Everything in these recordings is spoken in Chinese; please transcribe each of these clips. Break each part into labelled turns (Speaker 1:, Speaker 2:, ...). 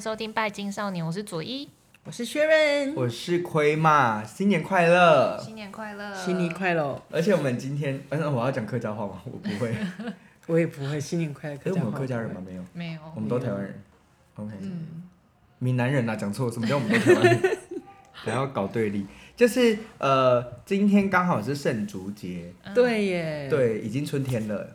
Speaker 1: 收听《拜金少年》，我是左一，
Speaker 2: 我是薛润，
Speaker 3: 我是亏嘛，新年快乐！
Speaker 1: 新年快乐，
Speaker 2: 新年快乐！
Speaker 3: 而且我们今天，嗯、我要讲客家话吗？ 我不会。
Speaker 2: 我也不会新年快乐。
Speaker 3: 可是哎我们有客家人吗？没有，
Speaker 1: 没有，
Speaker 3: 我们都台湾人。OK，
Speaker 1: 嗯，
Speaker 3: 闽南人呐、啊，讲错，什么叫我们都台湾人？不要搞对立。就是呃，今天刚好是圣烛节，
Speaker 1: 嗯，
Speaker 2: 对耶，
Speaker 3: 对，已经春天了，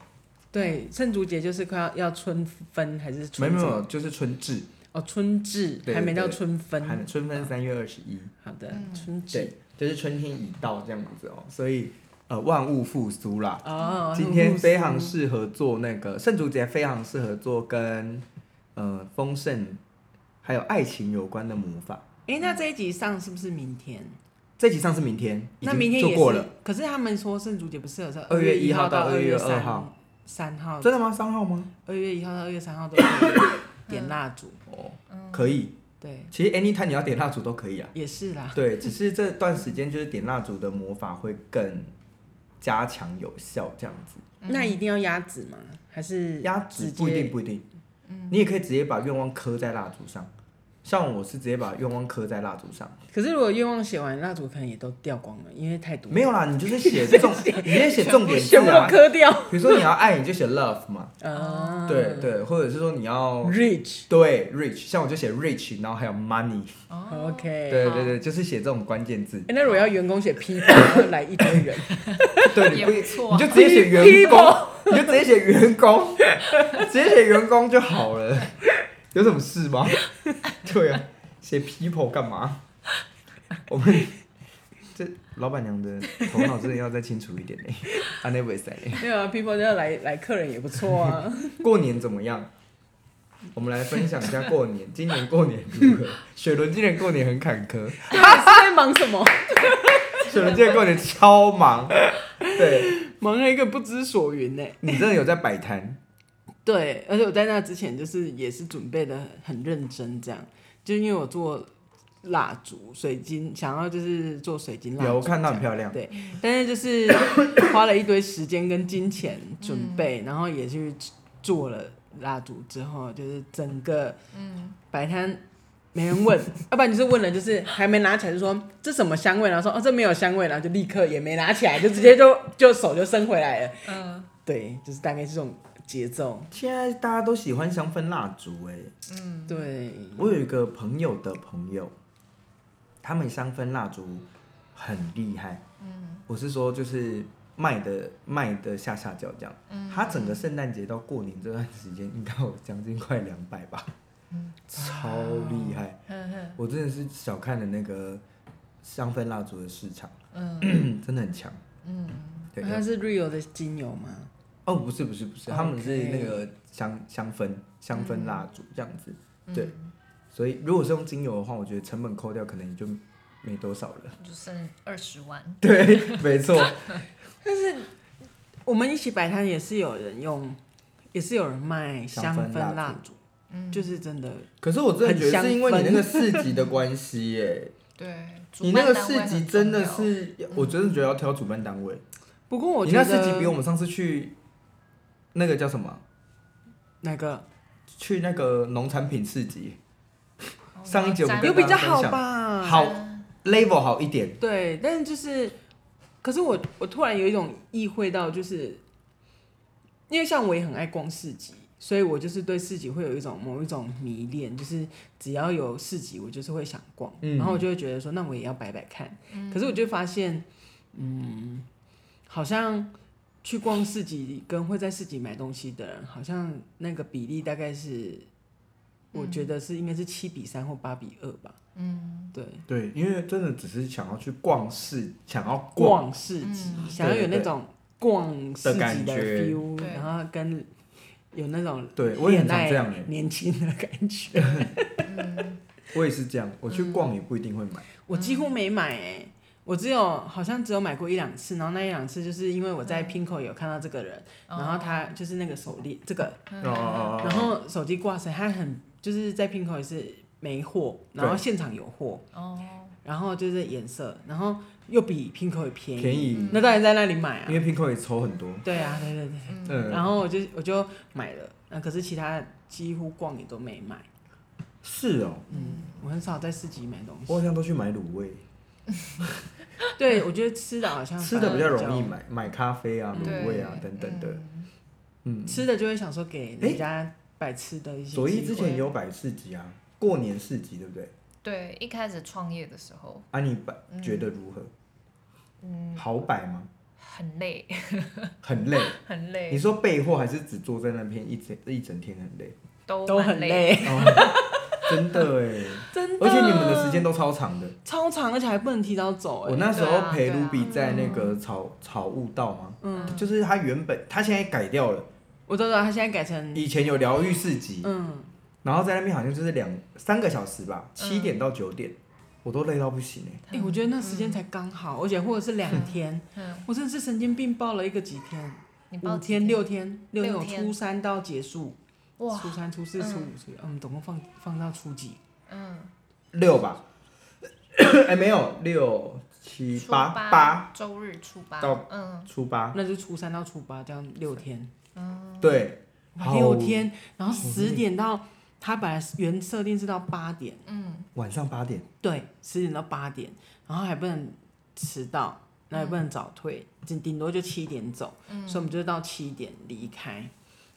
Speaker 2: 对，圣烛节就是快要要春分还是
Speaker 3: 没
Speaker 2: 春
Speaker 3: 有没
Speaker 2: 什
Speaker 3: 有，
Speaker 2: 么
Speaker 3: 就是春至，
Speaker 2: 哦，春至
Speaker 3: 对
Speaker 2: 还没到
Speaker 3: 对
Speaker 2: 春分。
Speaker 3: 还春分三月二十一，
Speaker 2: 好的
Speaker 1: 嗯，
Speaker 2: 春至
Speaker 3: 对，就是春天已到这样子哦，所以呃，万物复苏啦。
Speaker 2: 哦，
Speaker 3: 今天非
Speaker 2: 很
Speaker 3: 常
Speaker 2: 复苏
Speaker 3: 适合做那个圣烛节，非常适合做跟呃丰盛还有爱情有关的魔法。
Speaker 2: 诶，哎那这一集上是不是明天？
Speaker 3: 这集上是明天，已
Speaker 2: 那
Speaker 3: 经
Speaker 2: 明天
Speaker 3: 做
Speaker 2: 也
Speaker 3: 过
Speaker 2: 是
Speaker 3: 了，。
Speaker 2: 可是他们说圣烛节不适合是
Speaker 3: 2月
Speaker 2: 一
Speaker 3: 1号
Speaker 2: 到
Speaker 3: 到2
Speaker 2: 月
Speaker 3: 月
Speaker 2: 3
Speaker 3: 2号，
Speaker 2: 三号，
Speaker 3: 真的吗？三号吗？
Speaker 2: 二月一号到二月三号都可以点蜡 烛，
Speaker 3: 哦，可以。
Speaker 2: 对，
Speaker 3: 其实 anytime 你要点蜡烛都可以啊。
Speaker 2: 也是啦。
Speaker 3: 对，只是这段时间就是点蜡烛的魔法会更加强有效，这样子。
Speaker 2: 那一定要压纸吗？还是
Speaker 3: 压
Speaker 2: 直
Speaker 3: 纸
Speaker 2: 接
Speaker 3: 不一定不一定，
Speaker 2: 嗯
Speaker 3: 你也可以直接把愿望刻在蜡烛上。像我是直接把愿望刻在蜡烛上，
Speaker 2: 可是如果愿望写完，蜡烛可能也都掉光了，因为太多。
Speaker 3: 没有啦，你就是写 重，你先写重点字
Speaker 2: 全部
Speaker 3: 啊。
Speaker 2: 磕掉。
Speaker 3: 比如说你要爱，你就写 love 嘛，
Speaker 2: 啊，
Speaker 1: 嗯
Speaker 3: 对对，或者是说你要
Speaker 2: ，rich。
Speaker 3: 对 rich，像我就写 rich，然后还有 money，
Speaker 1: 哦，
Speaker 2: OK。
Speaker 3: 对
Speaker 1: 好
Speaker 3: 对对，就是写这种关键字。
Speaker 2: 诶哎那如果要员工写 people，然后来一堆人，
Speaker 3: 对，你
Speaker 1: 也
Speaker 3: 不
Speaker 1: 不错啊
Speaker 3: 你就直接写员工，你就直接写员工，直接写员工就好了，有什么事吗？对啊，写 people 干嘛？我们这老板娘的头脑真的要再清楚一点欸嘞，安内维塞。
Speaker 2: 对啊，people 要来来客人也不错 啊。
Speaker 3: 过年怎么样？我们来分享一下过 年，今年过年如何？雪伦今年过年很坎坷，
Speaker 2: 你是在忙什么？
Speaker 3: 雪伦今年过年超忙，对
Speaker 2: 忙了一个不知所云呢。
Speaker 3: 你真的有在摆摊，
Speaker 2: 对，而且我在那之前就是也是准备的很认真，这样，就因为我做蜡烛、水晶，想要就是做水晶蜡烛，
Speaker 3: 有我看到很漂亮，
Speaker 2: 对，但是就是花了一堆时间跟金钱准备，然后也去做了蜡烛之后，就是整个
Speaker 1: 嗯，
Speaker 2: 摆摊没人问， 要不然就是问了，就是还没拿起来就说这什么香味，然后说哦这没有香味，然后就立刻也没拿起来，就直接就 就手就伸回来了。
Speaker 1: 嗯，
Speaker 2: 对，就是大概是这种节奏。
Speaker 3: 现在大家都喜欢香氛蜡烛、欸，
Speaker 2: 对，
Speaker 3: 我有一个朋友的朋友，他们香氛蜡烛很厉害，我是说就是卖的卖的下下脚这样，他整个圣诞节到过年这段时间应该有将近快两百吧，超厉害，
Speaker 1: 嗯哼，
Speaker 3: 我真的是小看了那个香氛蜡烛的市场， 真的很强，对，
Speaker 2: 它是 Rio 的精油吗？
Speaker 3: 哦，不是不是不是，他们是
Speaker 2: OK
Speaker 3: 那个香香氛香氛蜡烛这样子，
Speaker 1: 嗯
Speaker 3: 对。所以如果是用精油的话，我觉得成本扣掉可能也就没多少 了。
Speaker 1: 就剩二十万，
Speaker 3: 对，没错，
Speaker 2: 我们一起摆摊也是有人用，也是有人卖香
Speaker 3: 香氛
Speaker 2: 氛
Speaker 3: 蜡
Speaker 2: 蜡烛，
Speaker 1: 嗯，
Speaker 2: 就是真的
Speaker 3: 可是我真的觉得
Speaker 2: 很
Speaker 3: 是因为
Speaker 2: 香
Speaker 3: 你那个市集的关系耶，
Speaker 1: 对，
Speaker 3: 你
Speaker 1: 主
Speaker 3: 那
Speaker 1: 办
Speaker 3: 个
Speaker 1: 单位
Speaker 3: 市
Speaker 1: 很
Speaker 3: 集真的
Speaker 1: 重要，
Speaker 3: 是，我真的觉得要挑主办单位。
Speaker 2: 不过我
Speaker 3: 你
Speaker 2: 觉得
Speaker 3: 那市集比我们上次去那个叫什么？
Speaker 2: 哪个
Speaker 3: 去那个农产品市集上一集我们
Speaker 1: 哦
Speaker 3: 跟
Speaker 2: 有
Speaker 3: 大
Speaker 2: 比较
Speaker 3: 家
Speaker 2: 好
Speaker 1: 嗯
Speaker 3: 分享
Speaker 2: 吧？
Speaker 3: 好 level 好一点，
Speaker 2: 对，但是就是，可是我我突然有一种意会到，就是因为像我也很爱逛市集，所以我就是对市集会有一种某一种迷恋，就是只要有市集，我就是会想逛，
Speaker 3: 嗯
Speaker 2: 然后我就会觉得说，那我也要摆摆看。可是我就发现，嗯，好像。去逛市集跟会在市集买东西的人，好像那个比例大概是，我觉得是应该是七比三或八比二吧。嗯，对。
Speaker 3: 对，因为真的只是想要去逛市，想要逛，
Speaker 2: 逛市集，
Speaker 1: 嗯
Speaker 2: 想要有那种逛市集
Speaker 3: 的感
Speaker 2: 的
Speaker 3: 觉
Speaker 2: feel，
Speaker 1: 对
Speaker 2: 然后跟有那种
Speaker 3: 对我也很
Speaker 2: 恋爱
Speaker 3: 常这样欸
Speaker 2: 年轻的感觉。
Speaker 3: 我也是这样，我去逛也不一定会买。
Speaker 2: 我几乎没买哎、我只有好像只有买过一两次，然后那一两次就是因为我在 Pinko 有看到这个人，
Speaker 1: 哦
Speaker 2: 然后他就是那个手链这个，
Speaker 3: 哦哦
Speaker 2: 然后手机挂绳，他很就是在 Pinko 也是没货，然后
Speaker 3: 对
Speaker 2: 现场有货，
Speaker 1: 哦，
Speaker 2: 然后就是颜色，然后又比 Pinko 也便宜，
Speaker 3: 便宜，嗯
Speaker 2: 那当然在那里买啊
Speaker 3: 因。为 Pinko 也抽很多，
Speaker 2: 对啊，对对对。
Speaker 3: 嗯，
Speaker 2: 然后我就我就买了，那、可是其他几乎逛也都没买。
Speaker 3: 是哦，
Speaker 2: 我很少在市集买东
Speaker 3: 我
Speaker 2: 西。
Speaker 3: 好像都去买卤味，
Speaker 2: 对，我觉得吃的好像
Speaker 3: 吃
Speaker 2: 反
Speaker 3: 的
Speaker 2: 而
Speaker 3: 比较容易，买，买咖啡啊、
Speaker 1: 对
Speaker 3: 卤味啊等等的。嗯，
Speaker 2: 吃的就会想说给人家摆吃的一些机
Speaker 3: 左
Speaker 2: 会。
Speaker 3: 一之前也有摆市集啊，过年市集对不对？
Speaker 1: 对，一开始创业的时候
Speaker 3: 啊，你摆觉得如何？嗯，好摆 吗？
Speaker 1: 很累，
Speaker 3: 很累。
Speaker 1: 很
Speaker 3: 你
Speaker 1: 累，
Speaker 3: 说备货还是只坐在那边一整一整天很 累？
Speaker 1: 都
Speaker 2: 都
Speaker 1: 都
Speaker 2: 很
Speaker 1: 累，
Speaker 2: 累，
Speaker 3: 哦，真的哎，
Speaker 2: 真的。
Speaker 3: 而且你们的时间都超长的。
Speaker 2: 超长，而且还不能提早走、哎
Speaker 3: 我那时
Speaker 1: 对
Speaker 3: 候
Speaker 1: 啊对
Speaker 3: 陪
Speaker 1: 啊
Speaker 3: 卢比在那个草草悟道嘛，
Speaker 2: 嗯，
Speaker 3: 就是他原本他现在改掉了，
Speaker 2: 我知道他现在改成
Speaker 3: 以前有疗愈市集，
Speaker 2: 嗯，
Speaker 3: 然后在那边好像就是两三个小时吧，七点到九点，我都累到不行哎。
Speaker 2: 哎、我觉得那时间才刚好，而且或者是两天，
Speaker 1: 嗯，
Speaker 2: 我真的是神经病报了一个几天，
Speaker 1: 你报
Speaker 2: 五
Speaker 1: 几
Speaker 2: 天六天六天，
Speaker 1: 六
Speaker 2: 我
Speaker 1: 天
Speaker 2: 初三到结束，
Speaker 1: 哇，
Speaker 2: 初三初四初五初六，嗯，总共放放到初几？
Speaker 1: 嗯，
Speaker 3: 六吧，哎、没有六七
Speaker 1: 初
Speaker 3: 八八
Speaker 1: 八周日初八
Speaker 3: 到，
Speaker 1: 嗯，
Speaker 3: 初八，
Speaker 2: 那就初三到初八这样六天，
Speaker 3: 对，
Speaker 2: 哇
Speaker 3: 好
Speaker 2: 六天，然后
Speaker 3: 好累
Speaker 2: 十点到他本来原设定是到八点，
Speaker 3: 晚上八点，
Speaker 2: 对，十点到八点，然后还不能迟到，那也不
Speaker 3: 嗯
Speaker 2: 能早退，顶顶多就七点走，所以我们就到七点离开。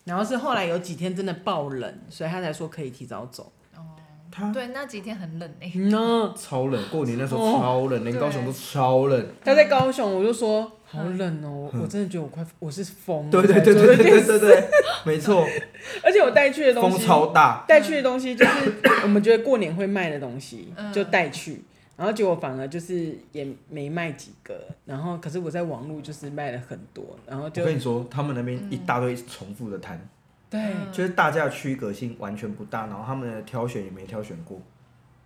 Speaker 2: 然后是后来有几天真的爆冷，所以他才说可以提早走。
Speaker 3: 他
Speaker 1: 对，那几天很冷欸诶，
Speaker 3: 哎嗯
Speaker 2: 那
Speaker 3: 超冷，过年那时候
Speaker 2: 哦
Speaker 3: 超冷，连高雄都超冷，
Speaker 2: 他在高雄，我就说好冷哦，我我真的觉得我快我是疯了。
Speaker 3: 嗯对对对
Speaker 2: 我
Speaker 3: 对
Speaker 2: 做
Speaker 3: 对
Speaker 2: 这件
Speaker 3: 对
Speaker 2: 事
Speaker 3: 对对，没错，
Speaker 2: 而且我带去的东
Speaker 3: 风
Speaker 2: 西，
Speaker 3: 超大，
Speaker 2: 带去的东西就是 我们觉得过年会卖的东西，
Speaker 1: 嗯
Speaker 2: 就带去。然后结果反而就是也没卖几个，然后可是我在网络就是卖了很多，然后
Speaker 3: 我
Speaker 2: 就
Speaker 3: 跟你说，他们那边一大堆重复的摊，
Speaker 1: 嗯
Speaker 2: 对，
Speaker 3: 就是大家的区隔性完全不大，然后他们的挑选也没挑选过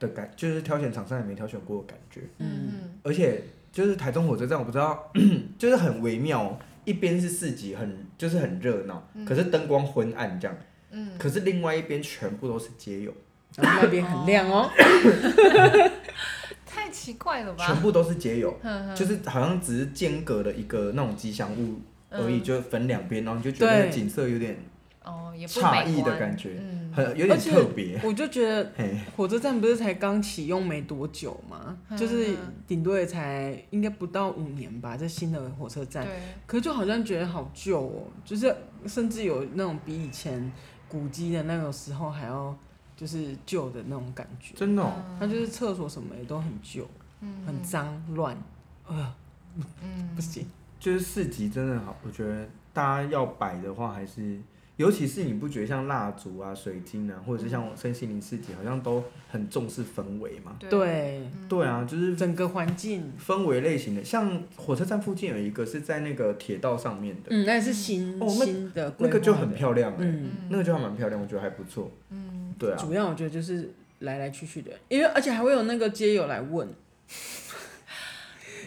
Speaker 3: 的感，就是挑选厂商也没挑选过的感觉，
Speaker 1: 嗯
Speaker 3: 而且就是台中火车站，我不知道， 就是很微妙、哦。一边是市集，很就是很热闹，可是灯光昏暗这样。
Speaker 1: 嗯，
Speaker 3: 可是另外一边全部都是街友，
Speaker 2: 然后那边很亮哦，
Speaker 1: 太奇怪了
Speaker 3: 全
Speaker 1: 吧？
Speaker 3: 部都是街友，
Speaker 1: 嗯嗯
Speaker 3: 就是好像只是间隔了一个那种吉祥物而已，
Speaker 1: 嗯
Speaker 3: 就分两边，然后你就觉得那
Speaker 2: 对
Speaker 3: 景色有点
Speaker 1: 哦，也不
Speaker 3: 诧异
Speaker 1: 美
Speaker 3: 的
Speaker 1: 观
Speaker 3: 感觉，
Speaker 1: 嗯
Speaker 3: 很有点特别。
Speaker 2: 我就觉得
Speaker 3: 嘿，
Speaker 2: 火车站不是才刚启用没多久嘛，
Speaker 1: 嗯
Speaker 2: 就是顶多也才应该不到五年吧，这新的火车站，
Speaker 1: 对，
Speaker 2: 可就好像觉得好旧哦，就是甚至有那种比以前古迹的那个时候还要就是旧的那种感觉，
Speaker 3: 真的哦、
Speaker 2: 它就是厕所什么也都很旧，很脏乱，呃，
Speaker 1: 嗯
Speaker 2: 不行，
Speaker 3: 就是市集真的好，我觉得大家要摆的话，还是尤其是你不觉得像蜡烛啊、水晶啊，或者是
Speaker 2: 嗯
Speaker 3: 像身心灵市集，好像都很重视氛围嘛？
Speaker 2: 对，嗯
Speaker 3: 对啊，就是
Speaker 2: 整个环境，
Speaker 3: 氛围类型的，像火车站附近有一个是在那个铁道上面的，
Speaker 2: 嗯，那也是新、
Speaker 3: 哦那
Speaker 2: 新的规
Speaker 3: 那
Speaker 2: 划
Speaker 3: 个
Speaker 2: 的，
Speaker 3: 就很漂亮、欸，
Speaker 2: 嗯。
Speaker 3: 那个就还蛮漂亮，我觉得还不错。嗯，对啊，
Speaker 2: 主要我觉得就是来来去去的，因为而且还会有那个街友来问，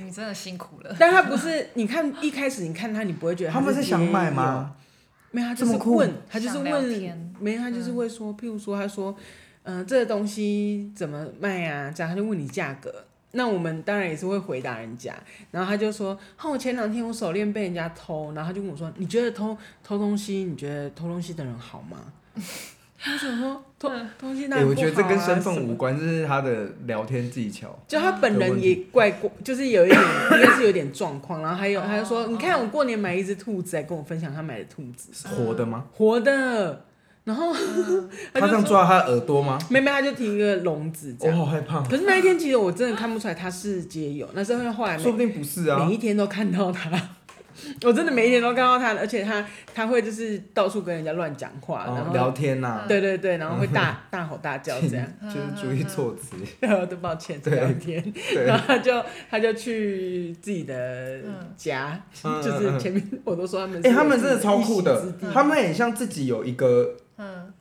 Speaker 1: 你真的辛苦了，
Speaker 2: 但他不是，你看一开始你看他，你不会觉得
Speaker 3: 他们是想买吗？
Speaker 2: 街友？没有，他就
Speaker 3: 这么
Speaker 2: 是
Speaker 3: 酷
Speaker 2: 问，他就是
Speaker 1: 想聊
Speaker 2: 问
Speaker 1: 天，
Speaker 2: 没有，他就是会说，譬如说他说，嗯、这个东西怎么卖啊？这样他就问你价格。那我们当然也是会回答人家，然后他就说：“哦，我前两天我手链被人家偷，然后他就跟我说，你觉得偷偷东西，你觉得偷东西的人好吗？”我想说 偷偷东西那、
Speaker 3: 哎、我觉得这跟身份无关，这是他的聊天技巧。
Speaker 2: 啊就他本人也怪怪，就是有一点，应该是有点状况。然后还有，他就说：“你看，我过年买一只兔子，来跟我分享他买的兔子，
Speaker 3: 是活的吗？
Speaker 2: 活的。”然后
Speaker 3: 嗯 他
Speaker 2: 他
Speaker 3: 这
Speaker 2: 就
Speaker 3: 样
Speaker 2: 说
Speaker 3: 抓他的耳朵吗？：“
Speaker 2: 妹妹，他就提一个笼子这
Speaker 3: 我
Speaker 2: 样。
Speaker 3: 好害怕”，
Speaker 2: 可是那一天，其实我真的看不出来他是街友，那是因为后来
Speaker 3: 说
Speaker 2: 每
Speaker 3: 不定不是啊
Speaker 2: 每。一天都看到他。 我真的每一天都看到他，而且他他会就是到处跟人家乱讲话，然
Speaker 3: 哦
Speaker 2: 后
Speaker 3: 聊天呐、
Speaker 2: 对对对，然后会大 大吼大叫这样，
Speaker 3: 就是注意措辞。
Speaker 2: 然后都抱歉这
Speaker 3: 对
Speaker 2: 两 天，
Speaker 3: 对，
Speaker 2: 然后他嗯就他就去自己的家，
Speaker 3: 嗯
Speaker 2: 就是前面我都说他们是
Speaker 3: 哎、他们真的超
Speaker 2: 一
Speaker 3: 酷
Speaker 2: 席
Speaker 3: 的
Speaker 2: 之地，
Speaker 3: 他们很像自己有一个
Speaker 1: 嗯，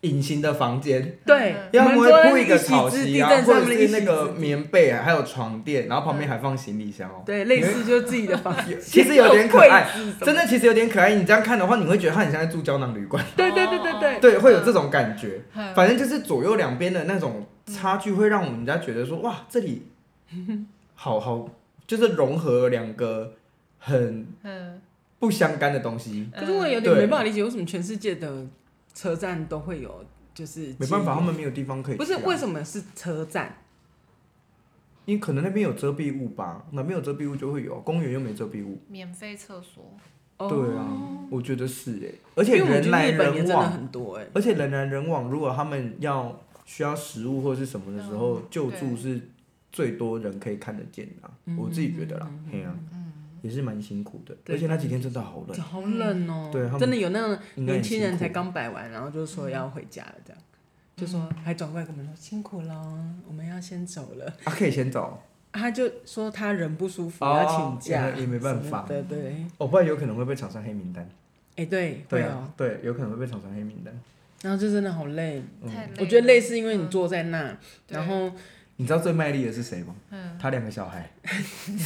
Speaker 3: 隐形的房间，
Speaker 2: 对，
Speaker 3: 要么
Speaker 2: 们
Speaker 3: 会铺
Speaker 2: 一
Speaker 3: 一个草席啊，
Speaker 2: 席之地
Speaker 3: 或者
Speaker 2: 但是他们一
Speaker 3: 是
Speaker 2: 席之
Speaker 3: 那
Speaker 2: 地
Speaker 3: 个棉被啊，还有床垫，然后旁边还放行李箱哦、
Speaker 2: 对，类似就是自己的房
Speaker 3: 有
Speaker 2: 间，
Speaker 3: 其实有 点可爱
Speaker 2: 有柜子什么
Speaker 3: 真的其实有点可爱。你这样看的话，你会觉得他很像在住胶囊 旅馆，
Speaker 2: 对对对对
Speaker 1: 哦
Speaker 2: 对，
Speaker 3: 对，会有这种感觉。
Speaker 1: 嗯
Speaker 3: 反正就是左右两边的那种差距，会让我们家觉得说，哇，这里好好，就是融合两个很
Speaker 1: 嗯，
Speaker 3: 不相干的东西。
Speaker 2: 嗯可是我有点没办法理解，为什么全世界的车站都会有就是
Speaker 3: 没办法，
Speaker 2: 街
Speaker 3: 他们没有地方可以去
Speaker 2: 不
Speaker 3: 啊、
Speaker 2: 是为什么是车站？
Speaker 3: 因为可能那边有遮蔽物吧，哪边有遮蔽物就会有啊，公园又没遮蔽物。
Speaker 1: 免费厕所，
Speaker 2: 哦
Speaker 3: 对啊，我觉得是哎、而且
Speaker 2: 因为我
Speaker 3: 人
Speaker 2: 觉得
Speaker 3: 来
Speaker 2: 日本也
Speaker 3: 人
Speaker 2: 真的
Speaker 3: 往，
Speaker 2: 很多哎、
Speaker 3: 而且人来人往，如果他们要需要食物或是什么的时候，
Speaker 1: 嗯
Speaker 3: 救
Speaker 1: 对
Speaker 3: 助是最多人可以看得见的啊、我自己觉得啦，
Speaker 2: 嗯
Speaker 3: 嘿啊，也是蛮辛苦的，
Speaker 2: 对
Speaker 3: 而且那几天真的好冷，
Speaker 2: 好冷哦、
Speaker 3: 对他们
Speaker 2: 真的有那种
Speaker 3: 应该
Speaker 2: 年
Speaker 3: 很
Speaker 2: 轻
Speaker 3: 辛
Speaker 2: 人
Speaker 3: 苦
Speaker 2: 才刚摆完，然后就说要回家了，这样，就说
Speaker 3: 嗯
Speaker 2: 还转过来跟我们说辛苦了，我们要先走了。
Speaker 3: 啊，可以先走
Speaker 2: 他就说他人不舒服、
Speaker 3: 哦
Speaker 2: 要请假，
Speaker 3: 也也没办法
Speaker 2: 对对，哎、
Speaker 3: 哦，不然有可能会被厂商黑名单。
Speaker 2: 对，
Speaker 3: 对
Speaker 2: 会
Speaker 3: 啊
Speaker 2: 哦、，
Speaker 3: 对，有可能会被厂商黑名单。
Speaker 2: 然后就真的好累，
Speaker 3: 嗯
Speaker 1: 太累了。
Speaker 2: 我觉得累是因为你坐在那，
Speaker 1: 嗯对
Speaker 2: 然后
Speaker 3: 你知道最卖力的是谁吗？
Speaker 1: 嗯，
Speaker 3: 他两个小孩，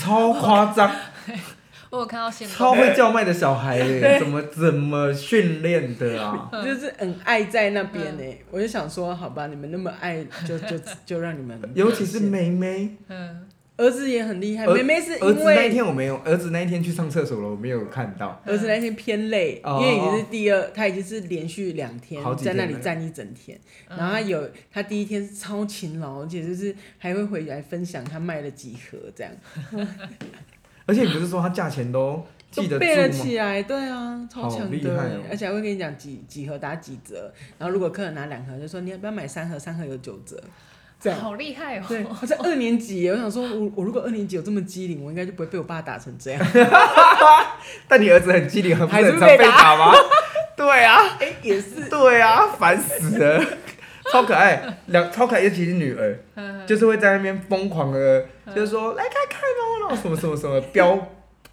Speaker 3: 超夸张，
Speaker 1: 我有看到现
Speaker 3: 超
Speaker 1: 动，
Speaker 3: 会叫卖的小孩耶，怎么怎么训练 的啊？，
Speaker 1: 嗯
Speaker 2: 就是很爱在那边呢、我就想说，好吧，你们那么爱，就 就就让你们
Speaker 3: 尤其是妹妹，
Speaker 1: 嗯，
Speaker 2: 儿子也很厉害，
Speaker 3: 儿
Speaker 2: 妹妹是
Speaker 3: 儿子
Speaker 2: 因
Speaker 3: 那一
Speaker 2: 为
Speaker 3: 天我没有，儿子那一天去上厕所了，我没有看到。
Speaker 2: 儿
Speaker 1: 嗯
Speaker 2: 子那天偏累，
Speaker 3: 哦
Speaker 2: 因为已经是第二，他已经是连续两天
Speaker 3: 好几
Speaker 2: 在
Speaker 3: 天
Speaker 2: 那里
Speaker 3: 了
Speaker 2: 站一整天，
Speaker 1: 嗯
Speaker 2: 然后他有他第一天是超勤劳，而且就是还会回来分享他卖了几盒这样，
Speaker 3: 而且你不是说他价钱都
Speaker 2: 都
Speaker 3: 记得
Speaker 2: 背了
Speaker 3: 住吗？
Speaker 2: 起来，对啊，超强
Speaker 3: 好厉
Speaker 2: 的
Speaker 3: 害哦，
Speaker 2: 而且还会跟你讲几几盒打几折，然后如果客人拿两盒，就说你要不要买三盒，三盒有九折，这样。
Speaker 1: 好厉害哦，
Speaker 2: 对，我在二年级耶，我想说我，我如果二年级有这么机灵，我应该就不会被我爸打成这样。
Speaker 3: 但你儿子很机灵，很不
Speaker 2: 还是
Speaker 3: 很常
Speaker 2: 被
Speaker 3: 被打吗？ 对啊，
Speaker 2: 哎、也 是，
Speaker 3: 对啊，烦死了，超可爱，两超可爱，尤其是女儿。
Speaker 1: 嗯
Speaker 3: 就是会在那边疯狂的，
Speaker 2: 嗯
Speaker 3: 就是说来看看哦，然后什么什么什么飙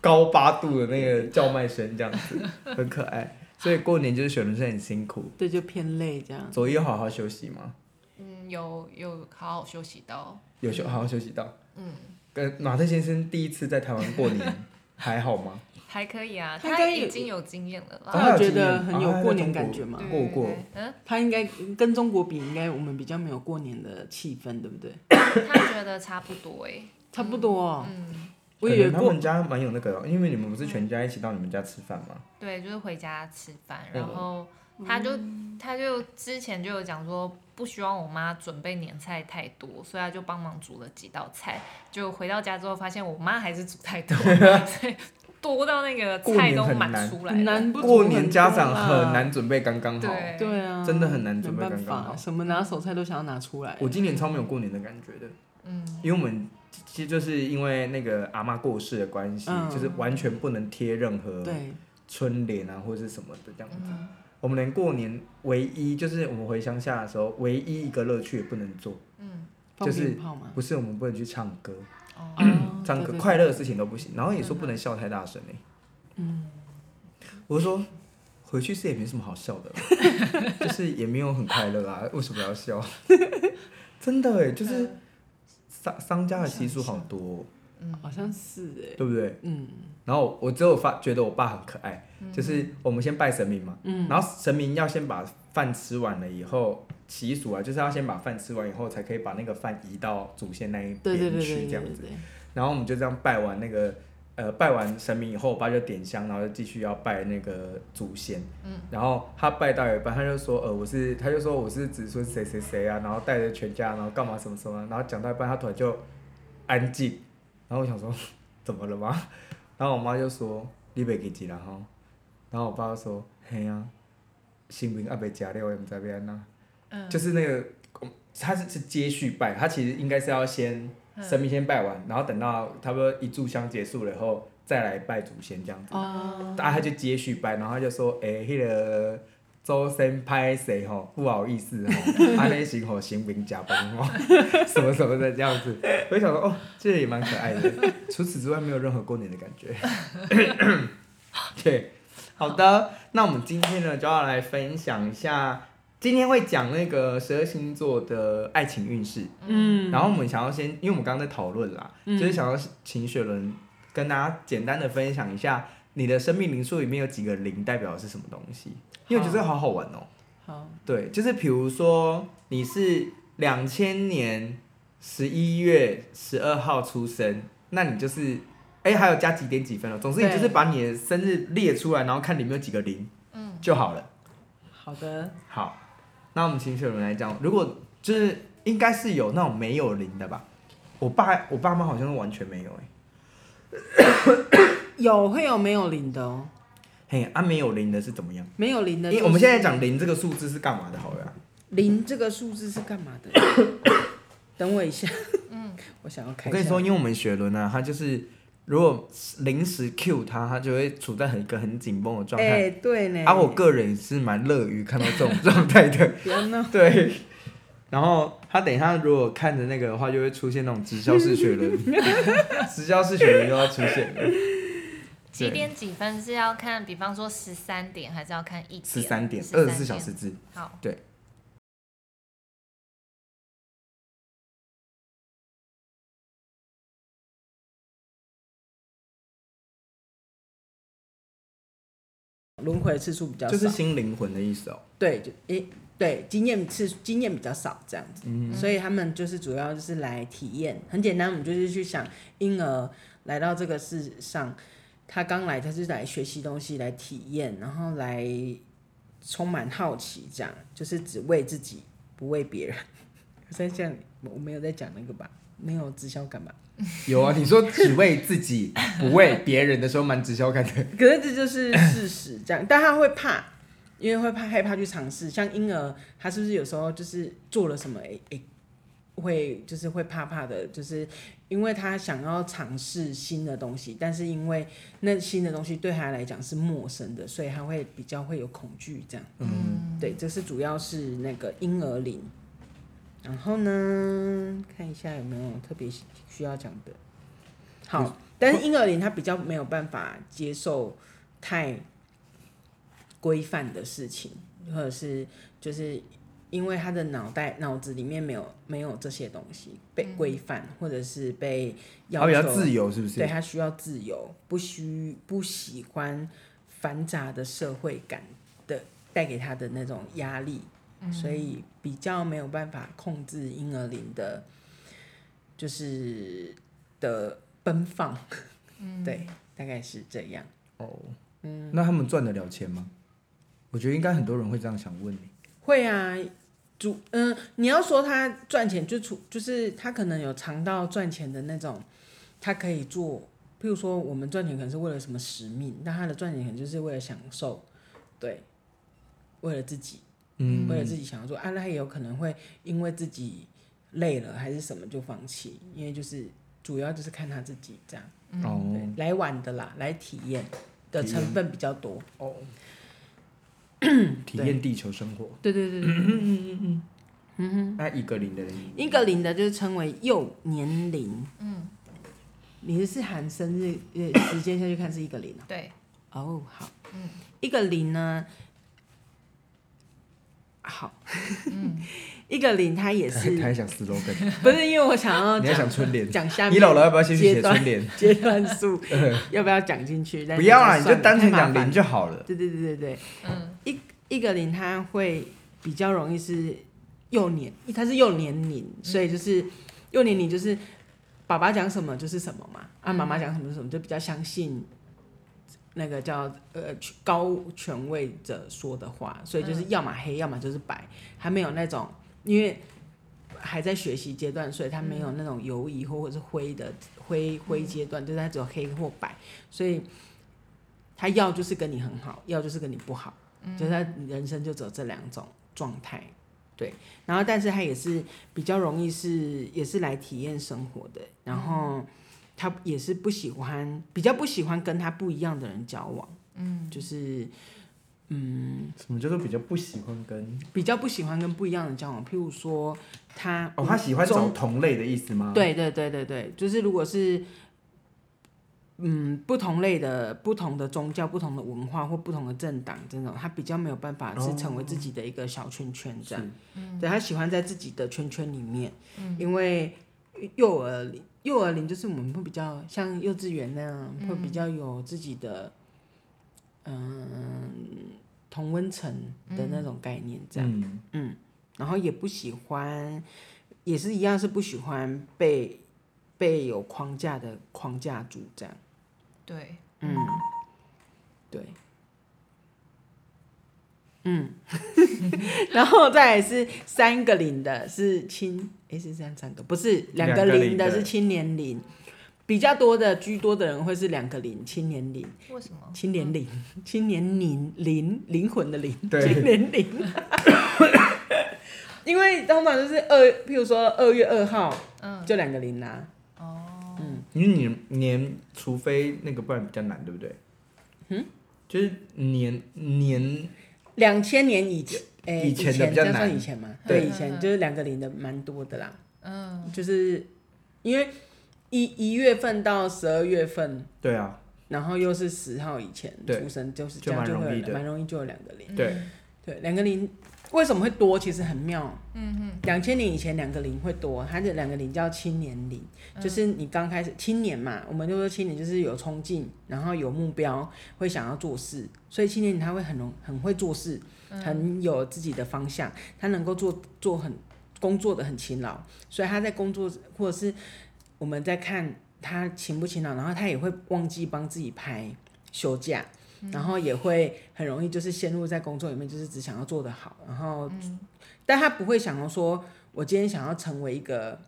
Speaker 3: 高八度的那个叫卖声这样子，很可爱。所以过年就是选的是很辛苦，
Speaker 2: 对，就偏累这样。
Speaker 3: 左一有好好休息吗？
Speaker 1: 嗯，有有好好休息到，
Speaker 3: 有休好好休息到。嗯，跟马特先生第一次在台湾过年还好吗？
Speaker 1: 还可以啊，
Speaker 2: 他应该
Speaker 1: 他
Speaker 2: 有
Speaker 1: 已经有经验了啦。
Speaker 2: 他有
Speaker 3: 有
Speaker 2: 觉
Speaker 3: 经
Speaker 2: 得
Speaker 3: 验
Speaker 2: 很
Speaker 3: 啊
Speaker 2: 有
Speaker 3: 他在
Speaker 2: 过年
Speaker 3: 中国
Speaker 2: 感觉吗
Speaker 1: 对
Speaker 3: 过过，，
Speaker 1: 对嗯对
Speaker 2: 他应该跟中国比，应该我们比较没有过年的气氛，对不对？
Speaker 1: 嗯，他觉得差不多哎，
Speaker 2: 差不多、哦。
Speaker 1: 嗯，
Speaker 2: 我以为
Speaker 3: 可能他
Speaker 2: 过
Speaker 3: 们家蛮有那个哦，因为你们不是全家一起到你们家吃饭吗？
Speaker 1: 对，就是回家吃饭，
Speaker 3: 嗯
Speaker 1: 然后他就他就之前就有讲说。不希望我妈准备年菜太多，所以他就帮忙煮了几道菜。就回到家之后，发现我妈还是煮太 多，所以多到那个
Speaker 3: 过
Speaker 1: 菜
Speaker 3: 年
Speaker 1: 都
Speaker 3: 很
Speaker 1: 满
Speaker 3: 难
Speaker 1: 出来了
Speaker 2: 很难不
Speaker 3: 过
Speaker 2: 煮
Speaker 3: 年
Speaker 2: 很
Speaker 3: 家
Speaker 2: 多
Speaker 3: 长很
Speaker 2: 啦
Speaker 3: 难准备刚刚好。
Speaker 1: 对
Speaker 2: 对啊，
Speaker 3: 真的很难准备
Speaker 2: 没办
Speaker 3: 刚刚
Speaker 2: 法，
Speaker 3: 好
Speaker 2: 什么拿手菜都想要拿出来。
Speaker 3: 我今年超没有过年的感觉的。
Speaker 1: 嗯，
Speaker 3: 因为我们其实就是因为那个阿妈过世的关系，
Speaker 2: 嗯
Speaker 3: 就是完全不能贴任何
Speaker 2: 对，
Speaker 3: 春联啊或者是什么的这样
Speaker 1: 嗯
Speaker 3: 子。我们连过年唯一就是我们回乡下的时候，唯一一个乐趣也不能做，
Speaker 1: 嗯，
Speaker 2: 放
Speaker 3: 就是
Speaker 2: 鞭炮嘛。
Speaker 3: 不是我们不能去唱歌，
Speaker 1: 哦，
Speaker 2: 啊
Speaker 3: 唱
Speaker 2: 对
Speaker 3: 歌
Speaker 2: 对
Speaker 3: 快乐的事情都不行。然后也说不能笑太大声哎、嗯，我就说回去是也没什么好笑的啦， 就是也没有很快乐啊，为什么要笑？真的哎、就是商商家的习俗好多哦、
Speaker 2: 嗯
Speaker 1: 嗯
Speaker 2: 好像是哎、
Speaker 3: 对不对？
Speaker 2: 嗯，
Speaker 3: 然后我只有发觉得我爸很可爱，就是我们先拜神明嘛，
Speaker 2: 嗯
Speaker 3: 然后神明要先把饭吃完了以后，习俗啊，就是要先把饭吃完以后，才可以把那个饭移到祖先那一
Speaker 2: 对对
Speaker 3: 边
Speaker 2: 对
Speaker 3: 去
Speaker 2: 对
Speaker 3: 这
Speaker 2: 对
Speaker 3: 样
Speaker 2: 对
Speaker 3: 子。
Speaker 2: 对，
Speaker 3: 然后我们就这样拜完那个，呃，拜完神明以后，我爸就点香，然后就继续要拜那个祖先。
Speaker 1: 嗯。
Speaker 3: 然后他拜到一半，他就说，呃，我是，他就说我是子孙谁谁谁啊，然后带着全家，然后干嘛什么什么，然后讲到一半，他突然就安静。然后我想说， 怎么了吗？然后我妈就说，你别给急了哈。然后我爸就说，嘿呀、啊，新兵阿伯加料，我也不知道要安呐。
Speaker 1: 嗯
Speaker 3: 就是那个，他是是接续拜，他其实应该是要先
Speaker 1: 嗯
Speaker 3: 神明先拜完，然后等到差不多一炷香结束了以后，再来拜祖先这样子。
Speaker 2: 哦，
Speaker 3: 啊，他就接续拜，然后他就说，诶、迄、个周深拍谁吼，不好意思吼，安尼行吼，行兵加班吼， 什么什么的这样子。我就想说，哦，这也蛮可爱的。除此之外，没有任何过年的感觉。对，好的，那我们今天呢，就要来分享一下。今天会讲那个十二星座的爱情运势，
Speaker 2: 嗯，
Speaker 3: 然后我们想要先，因为我们刚刚在讨论啦，就是想要请雪伦跟大家简单的分享一下你的生命灵数里面有几个零代表的是什么东西，因为我觉得这个好好玩哦、
Speaker 2: 好，
Speaker 3: 对，就是比如说你是两千年十一月十二号出生，那你就是。哎、还有加几点几分哦。总之，你
Speaker 2: 对
Speaker 3: 就是把你的生日列出来，然后看里面有几个零，
Speaker 1: 嗯，
Speaker 3: 就好了。
Speaker 2: 好的，
Speaker 3: 好，那我们请雪伦来讲，如果就是应该是有那种没有零的吧？我爸我爸妈好像是完全没有哎、
Speaker 2: 有会有没有零的哦，
Speaker 3: 嘿，啊没有零的是怎么样？
Speaker 2: 没有零的、就
Speaker 3: 因
Speaker 2: 是。
Speaker 3: 为我们现在讲零这个数字是干嘛的，好了啊、
Speaker 2: 零这个数字是干嘛 的？等我一下，嗯， 我想要
Speaker 3: 我
Speaker 2: 看。
Speaker 3: 跟你说，，因为我们雪伦啊，他就是如果临时 Q 他，他就会处在很一个很紧绷的状
Speaker 2: 哎、
Speaker 3: 态。
Speaker 2: 对呢。
Speaker 3: 啊，我个人也是蛮乐于看到这种状态 的，
Speaker 2: 不要闹，
Speaker 3: 对。然后他等一下如果看着那个的话，就会出现那种直销式 雪伦，直销式雪伦又要出现了。
Speaker 1: 几点几分是要看，比方说十三点，还是要看一点？
Speaker 3: 十三点，
Speaker 1: 13
Speaker 3: 二十四小时。制。
Speaker 1: 好，
Speaker 2: 轮回次数比较少，
Speaker 3: 就是新灵魂的意思哦。
Speaker 2: 对，就诶、对，经验次经验比较少这样子，所以他们就是主要就是来体验，很简单，我们就是去想婴儿来到这个世上，他刚来，他是来学习东西，来体验，然后来充满好奇，这样就是只为自己，不为别人。 我在讲，我没有在讲那个吧，没有直销感吧？
Speaker 3: 有啊，你说只为自己不为别人的时候，蛮直销感的。
Speaker 2: 可是这就是事实，这样，但他会怕，因为会怕害怕去尝试。像婴儿，他是不是有时候就是做了什么，诶、诶、会就是会怕怕的，就是因为他想要尝试新的东西，但是因为那新的东西对他来讲是陌生的，所以他会比较会有恐惧这样。
Speaker 3: 嗯，
Speaker 2: 对，这是主要是那个婴儿龄。然后呢，看一下有没有特别需要讲的。
Speaker 3: 嗯
Speaker 2: 好，但是婴儿龄他比较没有办法接受太规范的事情，或者是就是因为他的脑袋脑子里面没有没有这些东西被规范，或者是被要
Speaker 3: 他比较
Speaker 2: 求
Speaker 3: 自由，是不
Speaker 2: 对
Speaker 3: 是？
Speaker 2: 他需要自由，不需不喜欢繁杂的社会感的带给他的那种压力，所以比较没有办法控制婴儿龄的，就是的奔放，对，大概是这样。
Speaker 3: 哦，那他们赚得了钱吗？我觉得应该很多人会这样想问你。
Speaker 2: 会啊，主嗯、你要说他赚钱，就出就是他可能有尝到赚钱的那种，他可以做，譬如说我们赚钱可能是为了什么使命，那他的赚钱可能就是为了享受，对，为了自己，
Speaker 3: 嗯，
Speaker 2: 为了自己想要做，啊，那他也有可能会因为自己累了还是什么就放弃，因为就是主要就是看他自己这样，对
Speaker 3: 哦，，
Speaker 2: 来玩的啦，来体验的
Speaker 3: 体
Speaker 2: 成
Speaker 3: 验
Speaker 2: 分比较多，
Speaker 3: 哦，体验地球生活。嗯
Speaker 2: 对对对嗯
Speaker 3: 那一个零的人，
Speaker 2: 一个零的就是称为幼年龄。嗯，你是喊生日呃时间下去看是一个零啊？
Speaker 1: 对，
Speaker 2: 哦，好，嗯，一个零呢，好，嗯 一个零它也
Speaker 3: 他他
Speaker 2: 是
Speaker 3: 还想 slogan，
Speaker 2: 不是因为我想要
Speaker 3: 你还
Speaker 2: 哦讲
Speaker 3: 想春联？
Speaker 2: 讲下面
Speaker 3: 你老了要不要先去
Speaker 2: 阶
Speaker 3: 写
Speaker 2: 段
Speaker 3: 春联？
Speaker 2: 阶段 数要不要讲进去？但
Speaker 3: 不
Speaker 2: 是
Speaker 3: 要啦，
Speaker 2: 就
Speaker 3: 你
Speaker 2: 算
Speaker 3: 就
Speaker 2: 了
Speaker 3: 单纯
Speaker 2: 太麻
Speaker 3: 讲
Speaker 2: 烦
Speaker 3: 零就好了。
Speaker 2: 对对对对对，
Speaker 1: 嗯
Speaker 2: 一一个零他会比较容易是幼年，他是幼年龄，所以就是幼年龄就是爸爸讲什么就是什么嘛，啊妈妈讲什么就是什么，就比较相信那个叫呃高权位者说的话，所以就是要么黑，要么就是白，还没有那种因为。还在学习阶段，所以他没有那种犹疑或或者是灰的灰灰阶段，就是他只有黑或白，所以他要就是跟你很好，要就是跟你不好，就是他人生就只有这两种状态。对，然后但是他也是比较容易是也是来体验生活的，然后他也是不喜欢比较不喜欢跟他不一样的人交往，嗯，就是
Speaker 3: 什么叫做比较不喜欢跟？
Speaker 2: 比较不喜欢跟不一样的人交往，譬如说他
Speaker 3: 哦，他喜欢
Speaker 2: 中
Speaker 3: 找同类的意思吗？，
Speaker 2: 对对对对对，就是如果是嗯不同类的、不同的宗教、不同的文化或不同的政党这种，他比较没有办法是成为自己的一个小圈圈这样。
Speaker 3: 哦
Speaker 2: 对他喜欢在自己的圈圈里面，
Speaker 3: 嗯
Speaker 2: 因为幼儿龄幼儿龄就是我们会比较像幼稚园那样，会比较有自己的嗯同温层的那种概念这样。
Speaker 3: 嗯，
Speaker 2: 然后也不喜欢，也是一样是不喜欢被被有框架的框架住这样。
Speaker 1: 对，
Speaker 2: 嗯，对，然后再来是三个零的是青，诶是三三个，不是两个零的是青年零，比较多的居多的人会是两个零青年零。
Speaker 1: 为什么？
Speaker 2: 青年灵，青年灵灵灵魂的灵，
Speaker 3: 对
Speaker 2: 青年 灵。因为通常就是二，譬如说二月二号，
Speaker 1: 嗯，
Speaker 2: 就两个零啦、
Speaker 3: 因为年年，除非那个，不然比较难，对不对？嗯，就是年年
Speaker 2: 两千年以前，哎、
Speaker 3: 以
Speaker 2: 以
Speaker 3: 前的
Speaker 2: 前
Speaker 3: 比较
Speaker 2: 这样算
Speaker 3: 难
Speaker 2: 以前嘛，
Speaker 3: 对
Speaker 2: 对，以前就是两个零的蛮多的啦。嗯，就是因为一一月份到十二月份，
Speaker 3: 对啊，
Speaker 2: 然后又是十号以前
Speaker 3: 对
Speaker 2: 出生，就是这
Speaker 3: 就
Speaker 2: 样
Speaker 3: 蛮
Speaker 2: 就
Speaker 3: 容
Speaker 2: 会
Speaker 3: 易
Speaker 2: 有
Speaker 3: 的
Speaker 2: 蛮容易就有两个零。
Speaker 3: 对，
Speaker 2: 对，两个零为什么会多？其实很妙。嗯哼，两千年以前两个零会多，它的两个零叫青年零，就是你刚开始青年嘛，我们就说青年就是有冲劲，然后有目标，会想要做事，所以青年他会很容很会做事，很有自己的方向，他能够做做很工作的很勤劳，所以他在工作或者是我们在看他勤不勤劳，然后他也会忘记帮自己排休假。然后也会很容易就是陷入在工作里面，就是只想要做得好，然后，但他不会想要说，我今天想要成为一个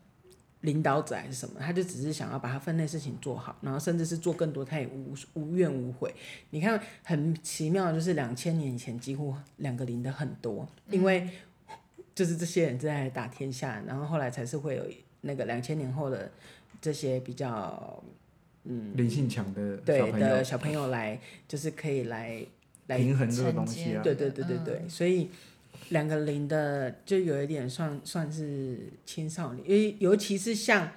Speaker 2: 领导者还是什么，他就只是想要把他分内事情做好，然后甚至是做更多，他也无无怨无悔。你看，很奇妙，就是两千年以前几乎两个零的很多，因为就是这些人在打天下，然后后来才是会有那个两千年后的这些比较
Speaker 3: 灵性强的小
Speaker 2: 对
Speaker 3: 朋
Speaker 2: 的
Speaker 3: 友
Speaker 2: 小朋友来，就是可以来来
Speaker 3: 平衡这个东
Speaker 1: 承
Speaker 3: 西啊
Speaker 1: 接，
Speaker 2: 对对对对对，所以两个零的就有一点算算是青少年，因为尤其是像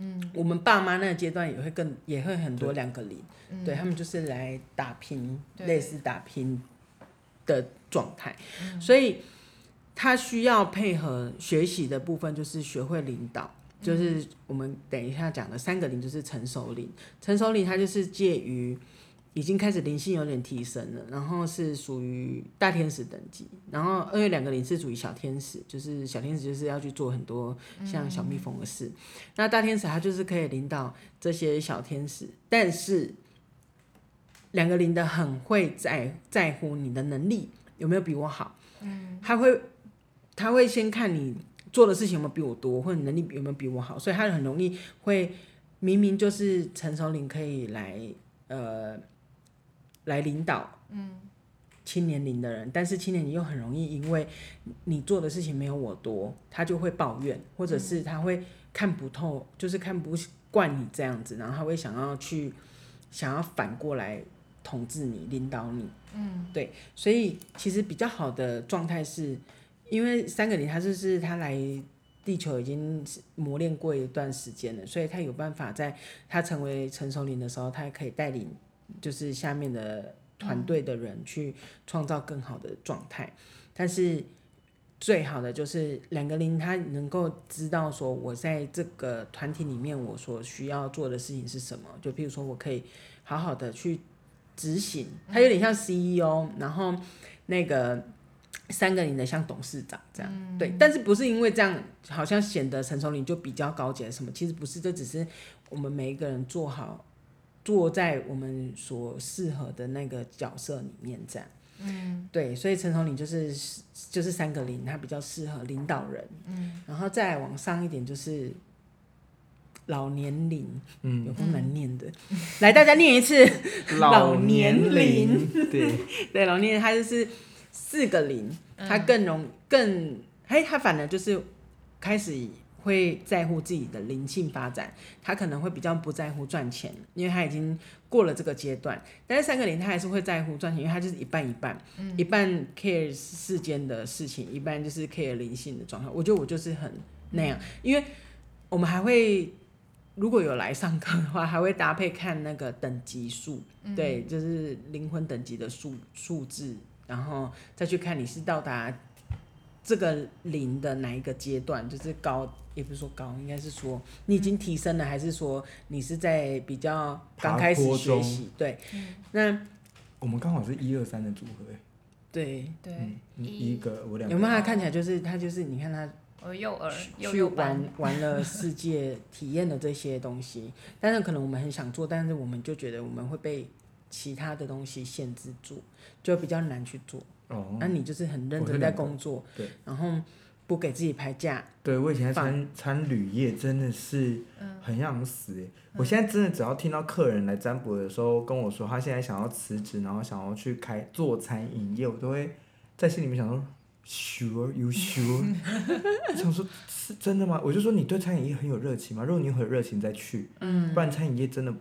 Speaker 2: 嗯我们爸妈那个阶段也会更也会很多两个零，对他们就是来打拼，
Speaker 1: 对
Speaker 2: 类似打拼的状态，所以他需要配合学习的部分，就是学会领导。就是我们等一下讲的三个零，就是成熟零。成熟零它就是介于已经开始灵性有点提升了，然后是属于大天使等级，然后二月两个零是属于小天使，就是小天使就是要去做很多像小蜜蜂的事，那大天使他就是可以领导这些小天使，但是两个零的很会在在乎你的能力有没有比我好，嗯，他会他会先看你做的事情有没有比我多，或者能力有没有比我好，所以他很容易会明明就是陈守林可以来呃来领导，嗯，青年龄的人，但是青年龄又很容易因为你做的事情没有我多，他就会抱怨，或者是他会看不透，就是看不惯你这样子，然后他会想要去想要反过来统治你、领导你，嗯，对，所以其实比较好的状态是，因为三个零他就是他来。地球已经磨练过一段时间了，所以他有办法在他成为成熟龄的时候，他可以带领就是下面的团队的人去创造更好的状态。但是最好的就是两个零，他能够知道说我在这个团体里面我所需要做的事情是什么。就譬如说，我可以好好的去执行，他有点像 CEO，然后那个。三个零的像董事长这样，对，但是不是因为这样好像显得成熟龄就比较高级还是什么？其实不是，这只是我们每一个人做好坐在我们所适合的那个角色里面，这样。嗯，对，所以陈同林就是就是三个零，他比较适合领导人。嗯，然后再往上一点就是老年龄，
Speaker 3: 嗯，
Speaker 2: 有够难念的，来大家念一次。 老年龄，
Speaker 3: 对，
Speaker 2: 对，老年人他就是四个零，他更容更，哎，他反而就是开始会在乎自己的灵性发展，他可能会比较不在乎赚钱，因为他已经过了这个阶段。但是三个零他还是会在乎赚钱，因为他就是一半一半，一半 care 世间的事情，一半就是 care 灵性的状态。我觉得我就是很那
Speaker 3: 嗯
Speaker 2: 样，因为我们还会。如果有来上课的话，还会搭配看那个等级数，
Speaker 3: 嗯
Speaker 2: 对，就是灵魂等级的数数字，然后再去看你是到达这个零的哪一个阶段，就是高，也不是说高，应该是说你已经提升了，还是说你是在比较刚开始
Speaker 3: 嗯爬坡
Speaker 2: 学
Speaker 3: 中嗯
Speaker 2: 习？对，那
Speaker 3: 我们刚好是一二三的组合，哎，
Speaker 2: 对，
Speaker 1: 对
Speaker 3: 嗯，你一个我两
Speaker 2: 有
Speaker 3: 个，
Speaker 2: 没有他看起来就是他就是你看他
Speaker 1: 我的幼儿幼
Speaker 2: 去
Speaker 1: 幼
Speaker 2: 玩
Speaker 1: 班，
Speaker 2: 玩了世界，体验了这些东西，但是可能我们很想做，但是我们就觉得我们会被其他的东西限制住，就比较难去做。
Speaker 3: 哦
Speaker 2: 那、，你就是很认
Speaker 3: 我是
Speaker 2: 真在
Speaker 3: 两个
Speaker 2: 工作，
Speaker 3: 对，
Speaker 2: 然后不给自己排假，
Speaker 3: 对我以前在
Speaker 2: 放
Speaker 3: 餐餐旅业真的是
Speaker 1: 嗯
Speaker 3: 很想死、欸，
Speaker 2: 嗯
Speaker 3: 我现在真的只要听到客人来占卜的时候跟我说他现在想要辞职，然后想要去开做餐饮业，我都会在心里面想说，sure you sure，想说是真的吗？我就说你对餐饮业很有热情吗？如果你很有热情再去，
Speaker 2: 嗯
Speaker 3: 不然餐饮业真的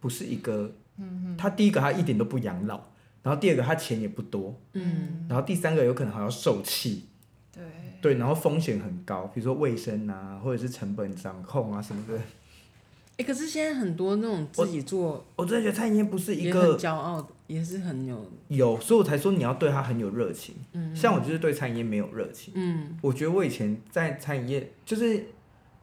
Speaker 3: 不是一个，
Speaker 2: 嗯
Speaker 3: 他第一个他一点都不养老，然后第二个他钱也不多，
Speaker 2: 嗯，
Speaker 3: 然后第三个有可能还要受气。
Speaker 1: 对，
Speaker 3: 对，然后风险很高，比如说卫生啊，或者是成本掌控啊什么的。
Speaker 2: 哎、可是现在很多那种自己做
Speaker 3: 我真的觉得餐饮业不是一
Speaker 2: 也很
Speaker 3: 个
Speaker 2: 骄傲的，也是很有，
Speaker 3: 有，所以我才说你要对它很有热情。嗯，像我就是对餐饮业没有热情。
Speaker 2: 嗯
Speaker 3: 我觉得我以前在餐饮业就是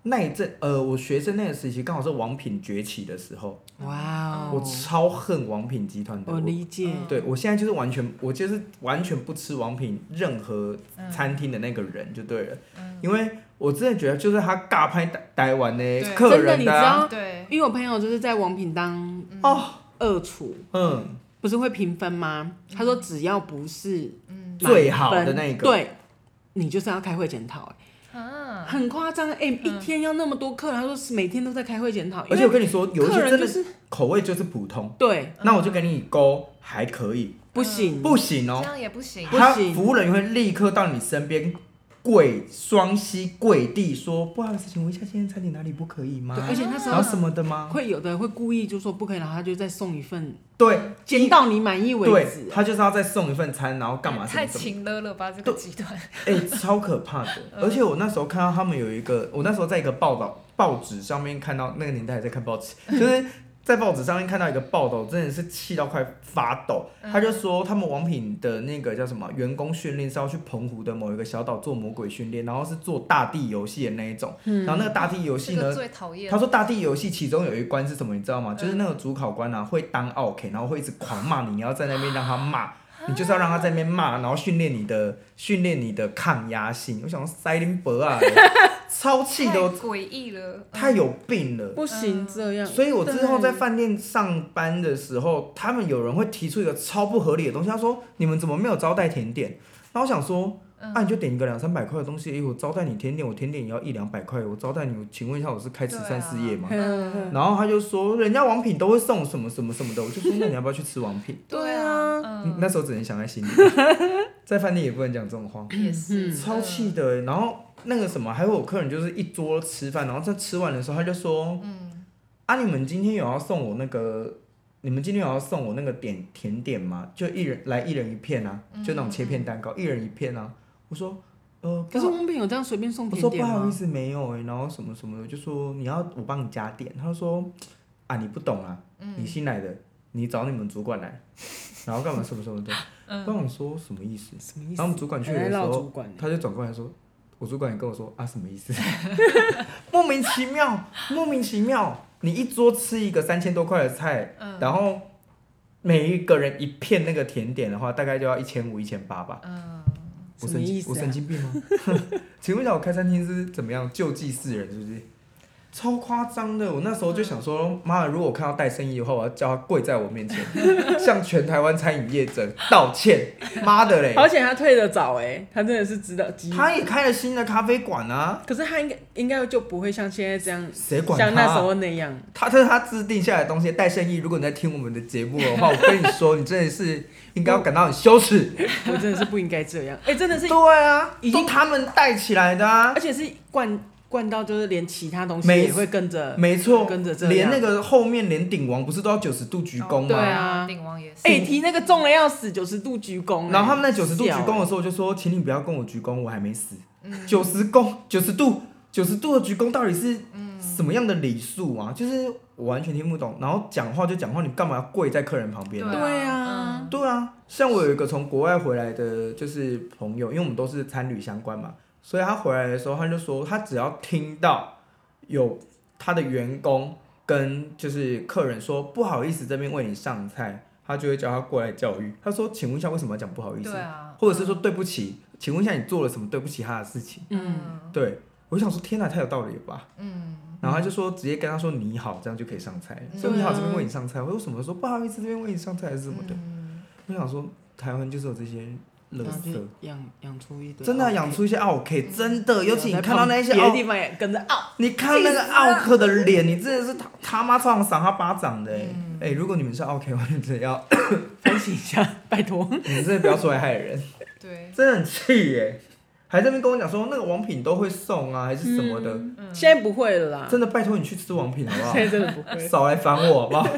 Speaker 3: 那一阵，呃，我学生那个时期刚好是王品崛起的时候，
Speaker 2: 哇哦，哦
Speaker 3: 我超恨王品集团的。
Speaker 2: 我
Speaker 3: 我
Speaker 2: 理解，
Speaker 1: 嗯
Speaker 3: 对我现在就是完全，我就是完全不吃王品任何
Speaker 1: 嗯
Speaker 3: 餐厅的那个人就对了，
Speaker 1: 嗯
Speaker 3: 因为我真的觉得就是他尬拍台台湾的
Speaker 1: 对
Speaker 3: 客
Speaker 2: 真的
Speaker 3: 人
Speaker 2: 你
Speaker 3: 的啊、
Speaker 1: 对，
Speaker 2: 因为我朋友就是在王品当
Speaker 3: 哦。
Speaker 2: 二厨，
Speaker 3: 嗯，
Speaker 2: 不是会评分吗？他说只要不是满分
Speaker 3: 最好的那一个
Speaker 2: 对，你就是要开会检讨、欸
Speaker 1: 啊，
Speaker 2: 很夸张哎，一
Speaker 1: 嗯
Speaker 2: 天要那么多客人，他说是每天都在开会检讨，
Speaker 3: 而且我跟你说，
Speaker 2: 因为
Speaker 3: 有一
Speaker 2: 客
Speaker 3: 些
Speaker 2: 人
Speaker 3: 真
Speaker 2: 就
Speaker 3: 的
Speaker 2: 是
Speaker 3: 口味就是普通，
Speaker 2: 对
Speaker 3: 那我就给你勾还可以，
Speaker 2: 不行，
Speaker 3: 不行哦
Speaker 1: 这、样也不行，
Speaker 2: 不
Speaker 3: 他
Speaker 2: 行
Speaker 3: 服务人员会立刻到你身边跪双膝跪地说：“不好意思，请问一下，现在餐点哪里不可以吗
Speaker 2: 对，？而且那时
Speaker 3: 然后
Speaker 2: 候
Speaker 3: 什么的吗
Speaker 2: 会有的会故意就说不可以，然后他就再送一份，？”
Speaker 3: 对，
Speaker 2: 减到你满意为
Speaker 3: 对
Speaker 2: 止，。
Speaker 3: 他就是要再送一份餐，然后干嘛什
Speaker 1: 太
Speaker 3: 么什么，
Speaker 1: 勤了了吧，这个集 团，
Speaker 3: 哎、超可怕的。
Speaker 1: 嗯
Speaker 3: 而且我那时候看到他们有一个，我那时候在一个报道报纸上面看到，那个年代还在看 报纸，就是在报纸上面看到一个报道，真的是气到快发抖。
Speaker 1: 嗯
Speaker 3: 他就说他们王品的那个叫什么员工训练是要去澎湖的某一个小岛做魔鬼训练，然后是做大地游戏的那一种。然后那个大地游戏
Speaker 1: 嗯这
Speaker 3: 呢
Speaker 1: 个，最讨厌
Speaker 3: 他，说大地游戏其中有一关是什么，你知道吗？就是那个主考官啊会当 OK，然后会一直狂骂你，你要在那边让他骂。你就是要让他在那边骂，然后训练你的训练你的抗压性。我想说塞林伯啊，超气
Speaker 1: 太
Speaker 3: 的，哦
Speaker 1: 诡异了，嗯
Speaker 3: 太有病了。
Speaker 2: 不行这样，
Speaker 3: 所以我之后
Speaker 2: 嗯对
Speaker 3: 在
Speaker 2: 啊
Speaker 3: 饭店上班的时候，他们有人会提出一个超不合理的东西，他说：“你们怎么没有招待甜点？”然后我想
Speaker 1: 嗯
Speaker 3: 说，啊，你就点一个两三百块的东西，诶哎我招待你甜点，我甜点也要一两百块，我招待你，我请问一下，我是开慈
Speaker 1: 啊
Speaker 3: 善事业吗？
Speaker 1: 嗯
Speaker 3: 然后他就说，人家王品都会送什么什么什么的，我就说，那你要不要去吃王品？
Speaker 1: 对
Speaker 2: 对
Speaker 1: 啊
Speaker 2: 啊，
Speaker 1: 嗯，
Speaker 3: 那时候只能想在心里，在饭店也不能讲这种话。
Speaker 1: 也是
Speaker 3: 超气，的欸、然后那个什么，还有我客人就是一桌吃饭，然后在吃完的时候，他就说：“嗯，啊，你们今天有要送我那个，你们今天有要送我那个点甜点吗？就一人来一人一片啊，就那种切片蛋糕，一人一片啊。”我说：“呃，
Speaker 2: 可
Speaker 3: 不
Speaker 2: 是
Speaker 3: 好
Speaker 2: 翁品有这样随便送
Speaker 3: 我
Speaker 2: 甜
Speaker 3: 说不
Speaker 2: 点
Speaker 3: 好意
Speaker 2: 吗？
Speaker 3: 思，没有哎、然后什么什么的，我就说你要我帮你加点，他就说啊你不懂啊，
Speaker 2: 嗯
Speaker 3: 你新来的，你找你们主管来，然后干嘛什么什 么的，
Speaker 2: 嗯
Speaker 3: 跟我说什么意思？
Speaker 2: 什么意
Speaker 3: 然
Speaker 2: 思
Speaker 3: 后我们主管去
Speaker 2: 还
Speaker 3: 的
Speaker 2: 在
Speaker 3: 时
Speaker 2: 绕
Speaker 3: 候
Speaker 2: 主，管呢，
Speaker 3: 他就转过来说，我主管也跟我说啊什么意思？ 莫名其妙，莫名其妙，你一桌吃一个三千多块的菜，
Speaker 2: 嗯
Speaker 3: 然后每一个人一片那个甜点的话，大概就要一千五、一千八吧。
Speaker 1: 嗯，
Speaker 3: 我
Speaker 2: 什么
Speaker 3: 神
Speaker 2: 意
Speaker 3: 经，
Speaker 2: 思啊
Speaker 3: 我神经病吗？ 请问一下，我开餐厅是怎么样救济世人，是不是？超夸张的！我那时候就想
Speaker 2: 嗯
Speaker 3: 说，妈的，如果我看到带生意的话，我要叫他跪在我面前， 向全台湾餐饮业者道歉。妈的嘞！
Speaker 2: 而且他退的早哎，他真的是知道急，
Speaker 3: 他也开了新的咖啡馆啊，
Speaker 2: 可是他应该应该就不会像现在这样，
Speaker 3: 谁管
Speaker 2: 像
Speaker 3: 他
Speaker 2: 那时
Speaker 3: 啊？
Speaker 2: 候那样，
Speaker 3: 他这是他制定下来的东西。带生意，如果你在听我们的节目的话，我跟你说，你真的是应该要感到很羞耻。
Speaker 2: 我真的是不应该这样，哎， 真的是，
Speaker 3: 对啊，
Speaker 2: 已
Speaker 3: 都
Speaker 2: 经
Speaker 3: 他们带起来的啊
Speaker 2: 而。且是灌灌到就是连其他东西
Speaker 3: 没
Speaker 2: 也会跟着，
Speaker 3: 没错，
Speaker 2: 跟着这样
Speaker 3: 连那个后面连顶王不是都要九十度鞠躬吗？
Speaker 1: 哦
Speaker 2: 对啊
Speaker 1: 鼎王也是，
Speaker 2: 哎，提那个重了要死，九十度鞠躬
Speaker 1: 哎
Speaker 2: 欸，
Speaker 3: 然后他们在九十度鞠
Speaker 2: 笑
Speaker 3: 躬的时候，我就说，请你不要跟我鞠躬，我还没死。
Speaker 1: 嗯
Speaker 3: 九十躬，九十度，九十度的鞠躬到底是
Speaker 1: 嗯
Speaker 3: 什么样的礼数啊？就是我完全听不懂。然后讲话就讲话，你干嘛要跪在客人旁边呢？
Speaker 2: 对啊
Speaker 1: 嗯
Speaker 3: 对啊，像我有一个从国外回来的，就是朋友，因为我们都是参旅相关嘛，所以他回来的时候，他就说，他只要听到有他的员工跟就是客人说不好意思，这边为你上菜，他就会叫他过来教育。他说，请问一下，为什么要讲不好意思
Speaker 1: 对？啊，
Speaker 3: 或者是说对不起，请问一下你做了什么对不起他的事情？
Speaker 2: 嗯，
Speaker 3: 对我就想说，天哪，太有道理了吧。
Speaker 1: 嗯，
Speaker 3: 然后他就说，直接跟他说你好，这样就可以上菜了。说
Speaker 2: 对
Speaker 3: 你好，
Speaker 2: 啊
Speaker 3: 这边为你上菜。我为什么说不好意思，这边为你上菜还是什么的？
Speaker 1: 嗯
Speaker 3: 我想说，台湾就是有这些垃
Speaker 2: 然后
Speaker 3: 圾
Speaker 2: 就，养养出一堆，
Speaker 3: 真的要养出一些奥 K，真
Speaker 2: 嗯
Speaker 3: 的，尤其你看到那些哦
Speaker 2: 别的
Speaker 3: 奥
Speaker 2: 地方也跟着啊傲，
Speaker 3: 你看那个奥克的脸，你真的是他他妈超想赏他巴掌的哎、欸
Speaker 1: 嗯
Speaker 3: 欸如果你们是奥克，我真的要，
Speaker 2: 反省一下， 拜托。
Speaker 3: 你们真的不要出来害人，
Speaker 1: 对，
Speaker 3: 真的很气耶、还在那边跟我讲说那个王品都会送啊，还是什么的，
Speaker 1: 嗯，
Speaker 2: 现在不会了啦，
Speaker 3: 真的拜托你去吃王品好不好
Speaker 2: 现？在真的不会。
Speaker 3: 少来烦我好不好？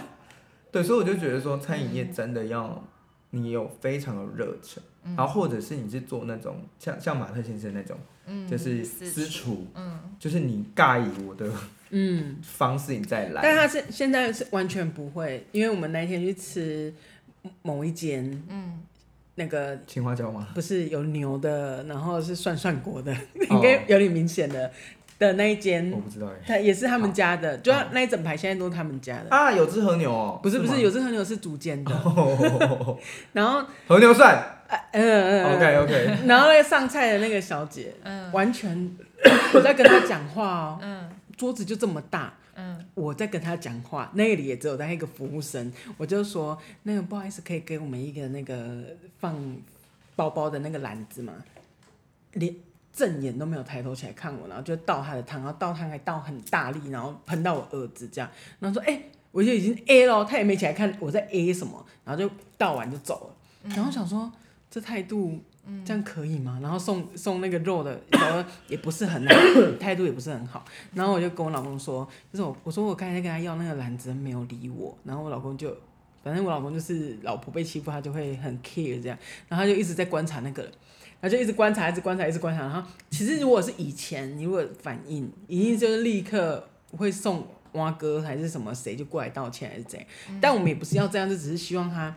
Speaker 3: 对，所以我就觉得说，餐饮业真的要你有非常有热忱，
Speaker 1: 嗯
Speaker 3: 然后或者是你是做那种像像马特先生那种，
Speaker 1: 嗯，
Speaker 3: 就是私
Speaker 1: 私厨，
Speaker 3: 厨，
Speaker 1: 嗯，
Speaker 3: 就是你尬以我的
Speaker 2: 嗯，
Speaker 3: 方式你再来，
Speaker 2: 但他现现在是完全不会，因为我们那一天去吃某一间，
Speaker 1: 嗯，
Speaker 2: 那个
Speaker 3: 青花椒吗？
Speaker 2: 不是有牛的，然后是涮涮锅的，
Speaker 3: 哦
Speaker 2: 应该有点明显的的那一间
Speaker 3: 我，不知道哎、
Speaker 2: 它也是他们家的，就那那一整排现在都是他们家的，
Speaker 3: 啊，有只和牛哦，
Speaker 2: 不是不
Speaker 3: 吗
Speaker 2: 是，有这和牛是竹间的，
Speaker 3: 哦
Speaker 2: 然后
Speaker 3: 和牛算
Speaker 2: 呃呃呃
Speaker 3: ，OK OK，
Speaker 2: 然后那个上菜的那个小姐，
Speaker 1: 嗯
Speaker 2: 完全我在跟她讲话哦，
Speaker 1: 嗯
Speaker 2: 桌子就这么大，
Speaker 1: 嗯
Speaker 2: 我在跟他讲话，那里也只有他一个服务生，我就说那个不好意思，可以给我们一个那个放包包的那个篮子吗？连正眼都没有抬头起来看我，然后就倒他的汤，然后倒汤还倒很大力，然后喷到我儿子这样，然后说哎、我就已经 A 了，他也没起来看我在 A 什么，然后就倒完就走
Speaker 1: 嗯
Speaker 2: 了，然后想说这态度。这样可以吗？然后送送那个肉的，然后也不是很好，态度也不是很好。然后我就跟我老公说，就是我我说我刚才跟他要那个篮子，他没有理我。然后我老公就，反正我老公就是老婆被欺负，他就会很 care 这样，然后他就一直在观察那个人，然后就一直观察，一直观察，一直观察。然后其实如果是以前，你如果反应，一定就是立刻会送蛙哥还是什么谁就过来道歉还是怎样。但我们也不是要这样，就只是希望他。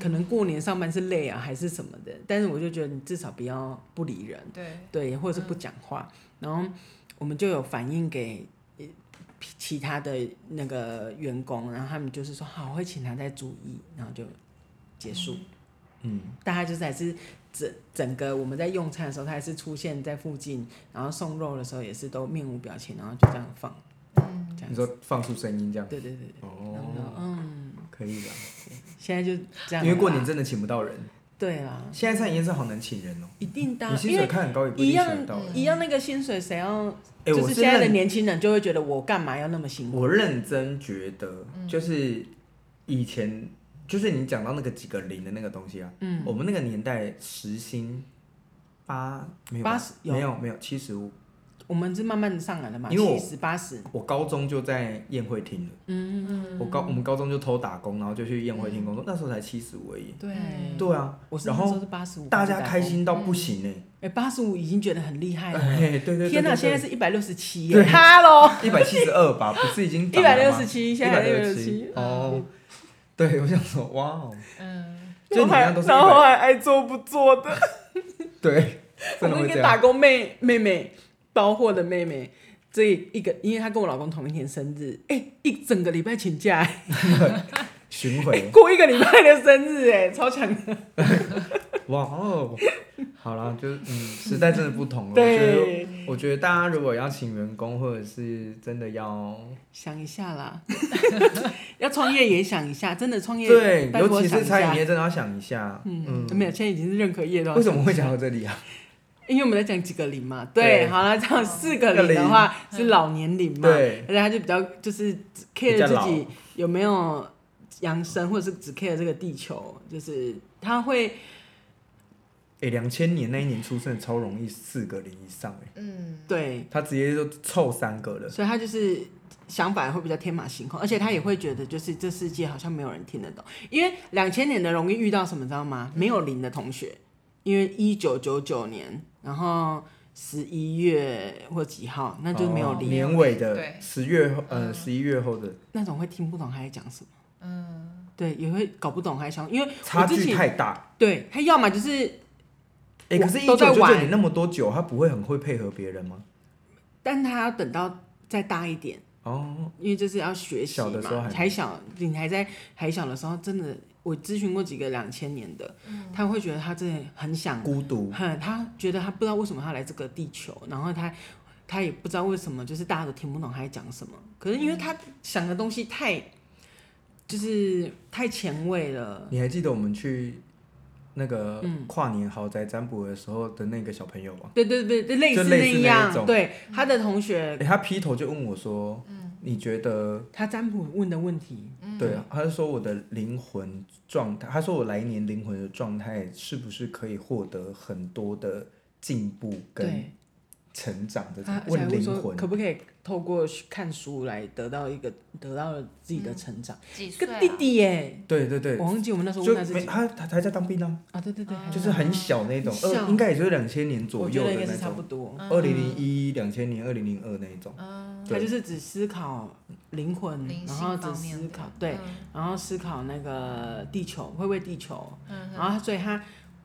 Speaker 2: 可能过年上班是累啊，还是什么的，但是我就觉得你至少不要不理人，
Speaker 1: 对，
Speaker 2: 对，或者是不讲话，然后我们就有反映给呃其他的那个员工，然后他们就是说好，我会请他再注意，然后就结束。
Speaker 3: 嗯，
Speaker 2: 大家就是还是整整个我们在用餐的时候，他还是出现在附近，然后送肉的时候也是都面无表情，然后就这样放，
Speaker 1: 嗯，
Speaker 2: 这样
Speaker 3: 你
Speaker 2: 子。
Speaker 3: 说放出声音这样，
Speaker 2: 对对对，然后
Speaker 3: 哦，
Speaker 2: 嗯，
Speaker 3: 可以啦，
Speaker 2: 现在就这样啦。
Speaker 3: 因为过年真的请不到人，
Speaker 2: 对啊，
Speaker 3: 现在餐饮业是好难请人哦，
Speaker 2: 一定的啊
Speaker 3: 你，薪
Speaker 2: 因
Speaker 3: 水
Speaker 2: 为
Speaker 3: 看很高也不
Speaker 2: 一
Speaker 3: 定
Speaker 2: 样
Speaker 3: 请得到人。
Speaker 2: 一样那个薪水，谁要？
Speaker 3: 哎，
Speaker 2: 就
Speaker 3: 我
Speaker 2: 是
Speaker 3: 是
Speaker 2: 现在的
Speaker 3: 认
Speaker 2: 年轻人就会觉得我干嘛要那么辛苦？
Speaker 3: 我认真觉得，
Speaker 2: 嗯
Speaker 3: 就是以前就是你讲到那个几个零的那个东西啊，
Speaker 2: 嗯，
Speaker 3: 我们那个年代时薪八没有吧
Speaker 2: 八十有
Speaker 3: 没有没有七十五，
Speaker 2: 我们是慢慢上来的嘛，
Speaker 3: 因为我
Speaker 2: 七十八十，
Speaker 3: 我高中就在宴会厅了。
Speaker 2: 嗯，
Speaker 3: 我高我们高中就偷打工，然后就去宴会厅工作，那时候才七十五而已。
Speaker 2: 对
Speaker 1: 嗯
Speaker 3: 对啊，
Speaker 2: 我是
Speaker 3: 然
Speaker 2: 那时候
Speaker 3: 后
Speaker 2: 是八十五，
Speaker 3: 大家开，心到不行呢。
Speaker 2: 哎，八十五已经觉得很厉害了。
Speaker 3: 哎，对对对，
Speaker 2: 天哪，
Speaker 3: 哪，
Speaker 2: 现在是一百六十七
Speaker 3: 对
Speaker 2: 耶，Hello，
Speaker 3: 一百七十二吧？不是已经
Speaker 2: 一百六十七，啊嗯现在还六
Speaker 3: 七
Speaker 2: 七，
Speaker 3: 哦。对，我想说，哇哦，
Speaker 1: 嗯，
Speaker 3: 就你一样都是一
Speaker 2: 然后
Speaker 3: 百，
Speaker 2: 还爱做不做的，
Speaker 3: 对，
Speaker 2: 我
Speaker 3: 真的
Speaker 2: 们
Speaker 3: 会
Speaker 2: 一
Speaker 3: 这
Speaker 2: 个
Speaker 3: 样
Speaker 2: 打。工妹妹妹，包货的妹妹。这一个，因为她跟我老公同一天生日，哎、一整个礼拜请假，
Speaker 3: 巡 回，
Speaker 2: 过一个礼拜的生日，
Speaker 3: 欸
Speaker 2: 哎，超强的。
Speaker 3: 哇哦，好啦，就是嗯，时代真的不同了。我觉得，
Speaker 2: 对，
Speaker 3: 我觉得大家如果要请员工，或者是真的要
Speaker 2: 想一下啦， 要创业也想一下，真的创业，
Speaker 3: 对，
Speaker 2: 拜
Speaker 3: 尤
Speaker 2: 托
Speaker 3: 其
Speaker 2: 想
Speaker 3: 是
Speaker 2: 一
Speaker 3: 餐
Speaker 2: 下
Speaker 3: 饮业，真的要想一下。嗯
Speaker 2: 嗯，没有，现在已经是任何业都要
Speaker 3: 为什么会讲到这里啊？
Speaker 2: 因为我们在讲几个零嘛，
Speaker 3: 对
Speaker 2: 对，好了，这样四个零的话是老年龄嘛，
Speaker 3: 对
Speaker 2: 而且他就比较就是只
Speaker 3: 比较
Speaker 2: care
Speaker 3: 老
Speaker 2: 自己有没有养生，或者是只 care 这个地球，就是他会
Speaker 3: 哎、两千年那一年出生的超容易四个零以上哎、
Speaker 1: 嗯，
Speaker 2: 对，
Speaker 3: 他直接就凑三个了。
Speaker 2: 所以他就是想法会比较天马行空，而且他也会觉得就是这世界好像没有人听得懂，因为两千年的容易遇到什么，知道吗？没有零的同学，因为一九九九年，然后十一月或几号，那就是没有
Speaker 3: 哦
Speaker 2: 零、
Speaker 3: 年尾的
Speaker 1: 对
Speaker 3: 十月后，呃，
Speaker 1: 嗯
Speaker 3: 十一月后的
Speaker 2: 那种会听不懂他在讲什么。嗯，对，也会搞不懂，还想，因为
Speaker 3: 差
Speaker 2: 我之
Speaker 3: 距
Speaker 2: 前
Speaker 3: 太大。
Speaker 2: 对他要么就是，
Speaker 3: 哎、可是，一
Speaker 2: 都
Speaker 3: 九
Speaker 2: 在
Speaker 3: 九九
Speaker 2: 玩
Speaker 3: 年那么多酒，他不会很会配合别人吗？
Speaker 2: 但他要等到再大一点，
Speaker 3: 哦，
Speaker 2: 因为就是要学习
Speaker 3: 小的
Speaker 2: 嘛，
Speaker 3: 时候还没
Speaker 2: 小，你还在还小的时候，真的，我咨询过几个两千年的，他会觉得他真的很想，
Speaker 3: 孤独。
Speaker 2: 很他觉得他不知道为什么他来这个地球，然后他他也不知道为什么，就是大家都听不懂他在讲什么。可是因为他想的东西太，就是太前卫了，
Speaker 3: 你还记得我们去那个
Speaker 2: 嗯
Speaker 3: 跨年豪宅占卜的时候的那个小朋友吗？
Speaker 2: 对对对对，类似
Speaker 3: 就类似
Speaker 2: 那
Speaker 3: 那
Speaker 2: 样
Speaker 3: 一。种
Speaker 2: 对，他的同学
Speaker 3: 诶，哎他劈头就问我说：“
Speaker 2: 嗯
Speaker 3: 你觉得
Speaker 2: 他占卜问的问题，
Speaker 3: 对，啊，他是说我的灵魂状态，他说我来年灵魂的状态是不是可以获得很多的进步跟
Speaker 2: 对，
Speaker 3: 成长的
Speaker 2: 他？而且还
Speaker 3: 问
Speaker 2: 会
Speaker 3: 灵
Speaker 2: 啊说
Speaker 3: 魂，
Speaker 2: 可不可以透过看书来得到一个得到自己的成长。
Speaker 1: 几岁、
Speaker 2: 跟
Speaker 1: 啊？
Speaker 2: 弟弟耶，
Speaker 3: 对对对
Speaker 2: 我，忘记我们那时候
Speaker 3: 就
Speaker 2: 问他是
Speaker 3: 没
Speaker 2: 几
Speaker 3: 他他他在当兵啊，
Speaker 2: 啊？对对
Speaker 1: 哦
Speaker 2: 对，还
Speaker 3: 就是很小那种，
Speaker 2: 很小
Speaker 3: 二应该也就是两千年左
Speaker 2: 我觉
Speaker 3: 右
Speaker 2: 得
Speaker 3: 的
Speaker 2: 应该
Speaker 3: 那
Speaker 2: 是差不
Speaker 3: 种，
Speaker 2: 多。
Speaker 3: 二零零一、两千年、二零零二那一种，
Speaker 2: 他就
Speaker 3: 对
Speaker 2: 是只思考灵魂，
Speaker 1: 嗯啊灵性
Speaker 2: 然后只
Speaker 1: 方面
Speaker 2: 思
Speaker 1: 的
Speaker 2: 考对，然后思考那个地球会不会地球，然后所以他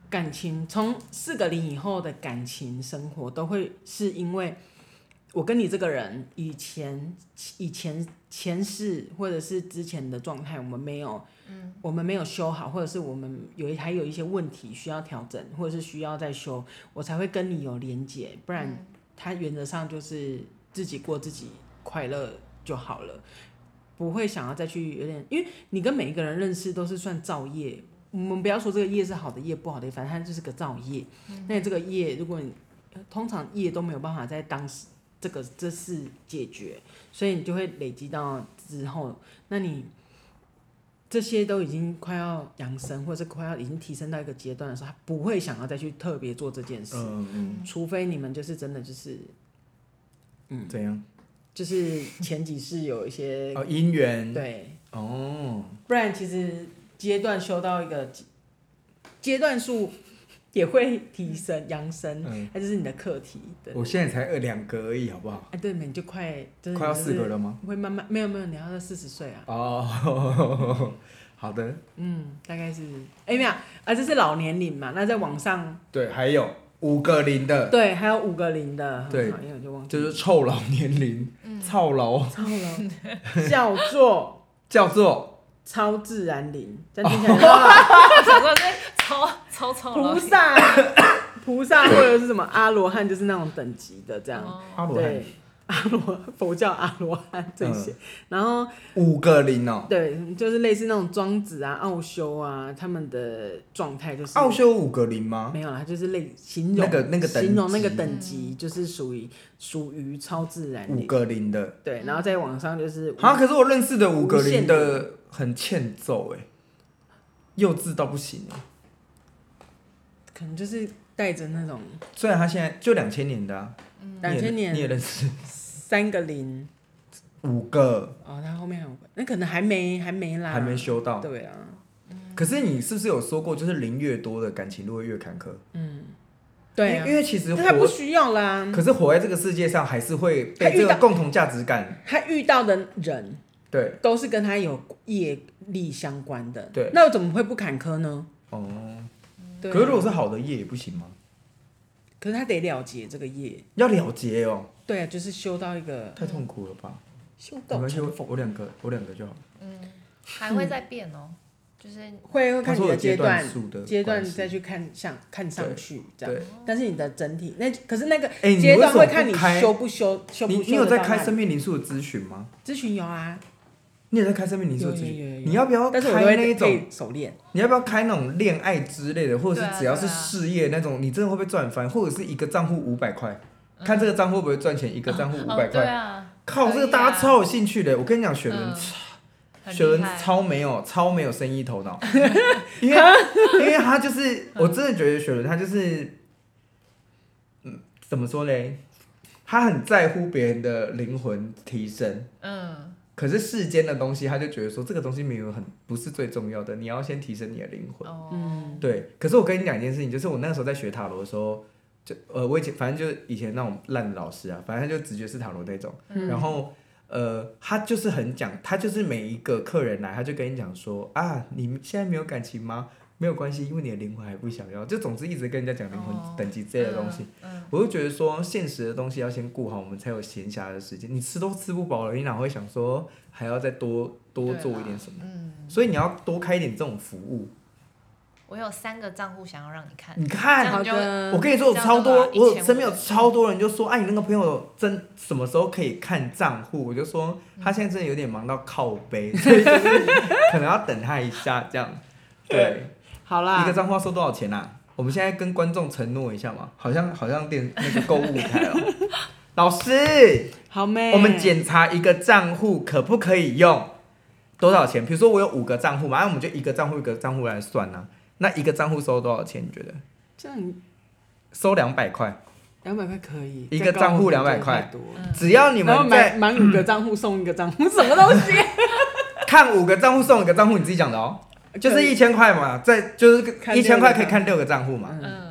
Speaker 2: 感情从四个零以后的感情生活都会是因为我跟你这个人以前以前前世或者是之前的状态，我们没有，我们没有修好，或者是我们有一还有一些问题需要调整，或者是需要再修，我才会跟你有连结，不然他原则上就是自己过自己快乐就好了。不会想要再去有点，因为你跟每一个人认识都是算造业。我们不要说这个业是好的业不好的业，反正它就是个造业。那这个业，如果你呃通常业都没有办法在当时这个这事解决，所以你就会累积到之后，那你这些都已经快要养生，或者是快要已经提升到一个阶段的时候，他不会想要再去特别做这件事，
Speaker 3: 嗯嗯，
Speaker 2: 除非你们就是真的就是
Speaker 3: 怎嗯样？
Speaker 2: 就是前几世有一些、
Speaker 3: 哦，姻缘，
Speaker 2: 对
Speaker 3: 哦，
Speaker 2: 不然其实阶段修到一个阶阶段数也会提升扬升，
Speaker 3: 嗯，
Speaker 2: 它就是你的课题的。
Speaker 3: 我现在才二两个而已，好不好？
Speaker 2: 哎，对，你就快就是
Speaker 3: 快要四个
Speaker 2: 了，
Speaker 3: 了吗？
Speaker 2: 会慢慢没有没有，你要到四十岁啊，
Speaker 3: 哦， 好的，
Speaker 2: 嗯，大概是哎没有啊，这是老年龄嘛，那在往上
Speaker 3: 对，还有五个零的，
Speaker 2: 对，还有五个零的，
Speaker 3: 对
Speaker 2: 好因为我就忘记
Speaker 3: 就
Speaker 2: 了
Speaker 3: 是臭老年龄，
Speaker 2: 嗯
Speaker 3: 操劳，哦
Speaker 2: 操了， 叫做
Speaker 3: 叫做
Speaker 2: 超自然龄，这样听起 来很好
Speaker 1: 我想说这超超超
Speaker 2: 菩
Speaker 1: 了。
Speaker 2: 萨 菩萨或者是什么阿罗汉，就是那种等级的这样。
Speaker 1: 哦
Speaker 3: 阿罗汉嗯
Speaker 2: 对，阿罗佛教阿罗汉这些，然后
Speaker 3: 五个零哦，
Speaker 2: 对，就是类似那种庄子啊、奥修啊，他们的状态就是
Speaker 3: 奥修五个零吗？
Speaker 2: 没有啦，就是类形容
Speaker 3: 那个那个等级
Speaker 2: 形容那个等级，就是属于属于超自然
Speaker 3: 五
Speaker 2: 的，
Speaker 3: 个零的，
Speaker 2: 对，然后再往上就是
Speaker 3: 啊，可是我认识的五个
Speaker 2: 无限
Speaker 3: 零的很欠揍哎、幼稚到不行哎、
Speaker 2: 可能就是带着那种
Speaker 3: 虽然他现在就两千年的、啊，
Speaker 2: 两千
Speaker 3: 你也你也
Speaker 2: 年
Speaker 3: 认识
Speaker 2: 三个零
Speaker 3: 五个
Speaker 2: 哦，他后面还有那可能还没还没啦，
Speaker 3: 还没修到，
Speaker 2: 对啊，
Speaker 3: 可是你是不是有说过，就是零越多的感情路会越坎坷？
Speaker 2: 对
Speaker 3: 因
Speaker 2: 啊
Speaker 3: 为，因为其实
Speaker 2: 但他不
Speaker 3: 活
Speaker 2: 需要啦，
Speaker 3: 可是活在这个世界上，还是会
Speaker 2: 他
Speaker 3: 被
Speaker 2: 遇
Speaker 3: 这个
Speaker 2: 到
Speaker 3: 共同价值感。
Speaker 2: 他遇到的人
Speaker 3: 对，
Speaker 2: 都是跟他有业力相关的。
Speaker 3: 对
Speaker 2: 那我怎么会不坎坷呢？
Speaker 3: 哦。
Speaker 2: 对啊
Speaker 3: 可是如果是好的业也不行吗？
Speaker 2: 可是他得了结这个业，
Speaker 3: 要了结哦，
Speaker 2: 对啊，就是修到一个
Speaker 3: 太痛苦了吧？
Speaker 2: 修
Speaker 3: 没
Speaker 2: 到
Speaker 3: 关系，
Speaker 2: 成
Speaker 3: 我
Speaker 2: 佛，
Speaker 3: 我两个，我两个就好。
Speaker 1: 嗯还会再变哦，就是
Speaker 2: 会会
Speaker 3: 他
Speaker 2: 看
Speaker 3: 说
Speaker 2: 你的
Speaker 3: 有
Speaker 2: 阶
Speaker 3: 段
Speaker 2: 段。
Speaker 3: 数的
Speaker 2: 阶段
Speaker 3: 关系
Speaker 2: 再去看上看上
Speaker 3: 对
Speaker 2: 去这样，
Speaker 3: 对。
Speaker 2: 但是你的整体那可是那个
Speaker 3: 哎，你
Speaker 2: 阶
Speaker 3: 为
Speaker 2: 段
Speaker 3: 什
Speaker 2: 会
Speaker 3: 么
Speaker 2: 看你
Speaker 3: 不开？
Speaker 2: 修不修修
Speaker 3: 你
Speaker 2: 不
Speaker 3: 你
Speaker 2: 修
Speaker 3: 有
Speaker 2: 得
Speaker 3: 在
Speaker 2: 到
Speaker 3: 开
Speaker 2: 哪
Speaker 3: 生
Speaker 2: 里？
Speaker 3: 命灵数的咨询吗？
Speaker 2: 咨询有啊，
Speaker 3: 你有在开生命灵数
Speaker 2: 有
Speaker 3: 的咨
Speaker 2: 有
Speaker 3: 询？
Speaker 2: 有有，
Speaker 3: 你要不要
Speaker 2: 但是我
Speaker 3: 开
Speaker 2: 都
Speaker 3: 那
Speaker 2: 会
Speaker 3: 一种？
Speaker 2: 配手链，
Speaker 3: 你要不要开那种恋爱之类的，或者
Speaker 1: 对
Speaker 3: 是
Speaker 1: 啊
Speaker 3: 只要是
Speaker 1: 对啊
Speaker 3: 事业那种？你真的会不会赚翻？或者是一个账户五百块，看这个账户会不会赚钱？一个账户五百
Speaker 1: 嗯哦，对
Speaker 3: 块，
Speaker 1: 啊，
Speaker 3: 靠，
Speaker 1: 可
Speaker 3: 这个
Speaker 1: 以
Speaker 3: 大
Speaker 1: 啊
Speaker 3: 家超有兴趣的。我跟你讲，雪伦
Speaker 1: 嗯，很
Speaker 3: 雪伦
Speaker 1: 厉害
Speaker 3: 超没有，超没有生 意头脑，因为因为他就是，我真的觉得雪伦他就是，嗯，怎么说嘞？他很在乎别人的灵魂提升，
Speaker 1: 嗯，
Speaker 3: 可是世间的东西，他就觉得说这个东西没有很不是最重要的，你要先提升你的灵魂。
Speaker 1: 哦，
Speaker 2: 嗯，
Speaker 3: 对，可是我跟你讲一件事情，就是我那时候在学塔罗的时候，就呃，我以前反正就是以前那种烂老师啊，反正他就直觉是塔罗那种，
Speaker 1: 嗯
Speaker 3: 然后呃，他就是很讲，他就是每一个客人来，他就跟你讲说啊，你现在没有感情吗？没有关系，因为你的灵魂还不想要，就总之一直跟人家讲灵
Speaker 1: 哦
Speaker 3: 魂等级之类的东西。
Speaker 1: 嗯，
Speaker 3: 我就觉得说，现实的东西要先顾好，我们才有闲暇的时间。你吃都吃不饱了，你哪会想说还要再多多
Speaker 1: 对
Speaker 3: 做一
Speaker 1: 啦
Speaker 3: 点什么？
Speaker 1: 嗯，
Speaker 3: 所以你要多开一点这种服务。
Speaker 1: 我有三个账户想要让你看，
Speaker 3: 你
Speaker 1: 这
Speaker 3: 看，
Speaker 1: 样
Speaker 2: 好
Speaker 1: 就
Speaker 2: 的，
Speaker 3: 我嗯跟你说，我
Speaker 1: 这样
Speaker 3: 超
Speaker 1: 的话
Speaker 3: 多，我有
Speaker 1: 1500
Speaker 3: 身边有超多人就说，哎、你那个朋友真什么时候可以看账户？我就说嗯他现在真的有 点忙到靠背，所以就是可能要等他一下这样。对，
Speaker 2: 好啦，
Speaker 3: 一个脏话收多少钱啊？我们现在跟观众承诺一下嘛，好像好像电那个购物台哦。 老师，
Speaker 2: 好妹，
Speaker 3: 我们检查一个账户可不可以用多少钱？比如说我有五个账户嘛，啊那我们就一个账户一个账户来算啊。那一个账户收多少钱？你觉得？
Speaker 2: 这样
Speaker 3: 收两百块，
Speaker 2: 两百块可以，
Speaker 3: 一个账户
Speaker 2: 再高
Speaker 3: 200块
Speaker 2: 太多了
Speaker 1: 嗯
Speaker 3: 只要你
Speaker 2: 然后
Speaker 3: 们
Speaker 2: 满
Speaker 3: 在
Speaker 2: 满五个账户送一个 账户，什么东西？
Speaker 3: 看五个账户送一个账户，你自己讲的哦，就是一千块嘛，在就是
Speaker 2: 看
Speaker 3: 一
Speaker 2: 六
Speaker 3: 千
Speaker 2: 个
Speaker 3: 块可以看六个账户嘛。
Speaker 2: 嗯
Speaker 1: 嗯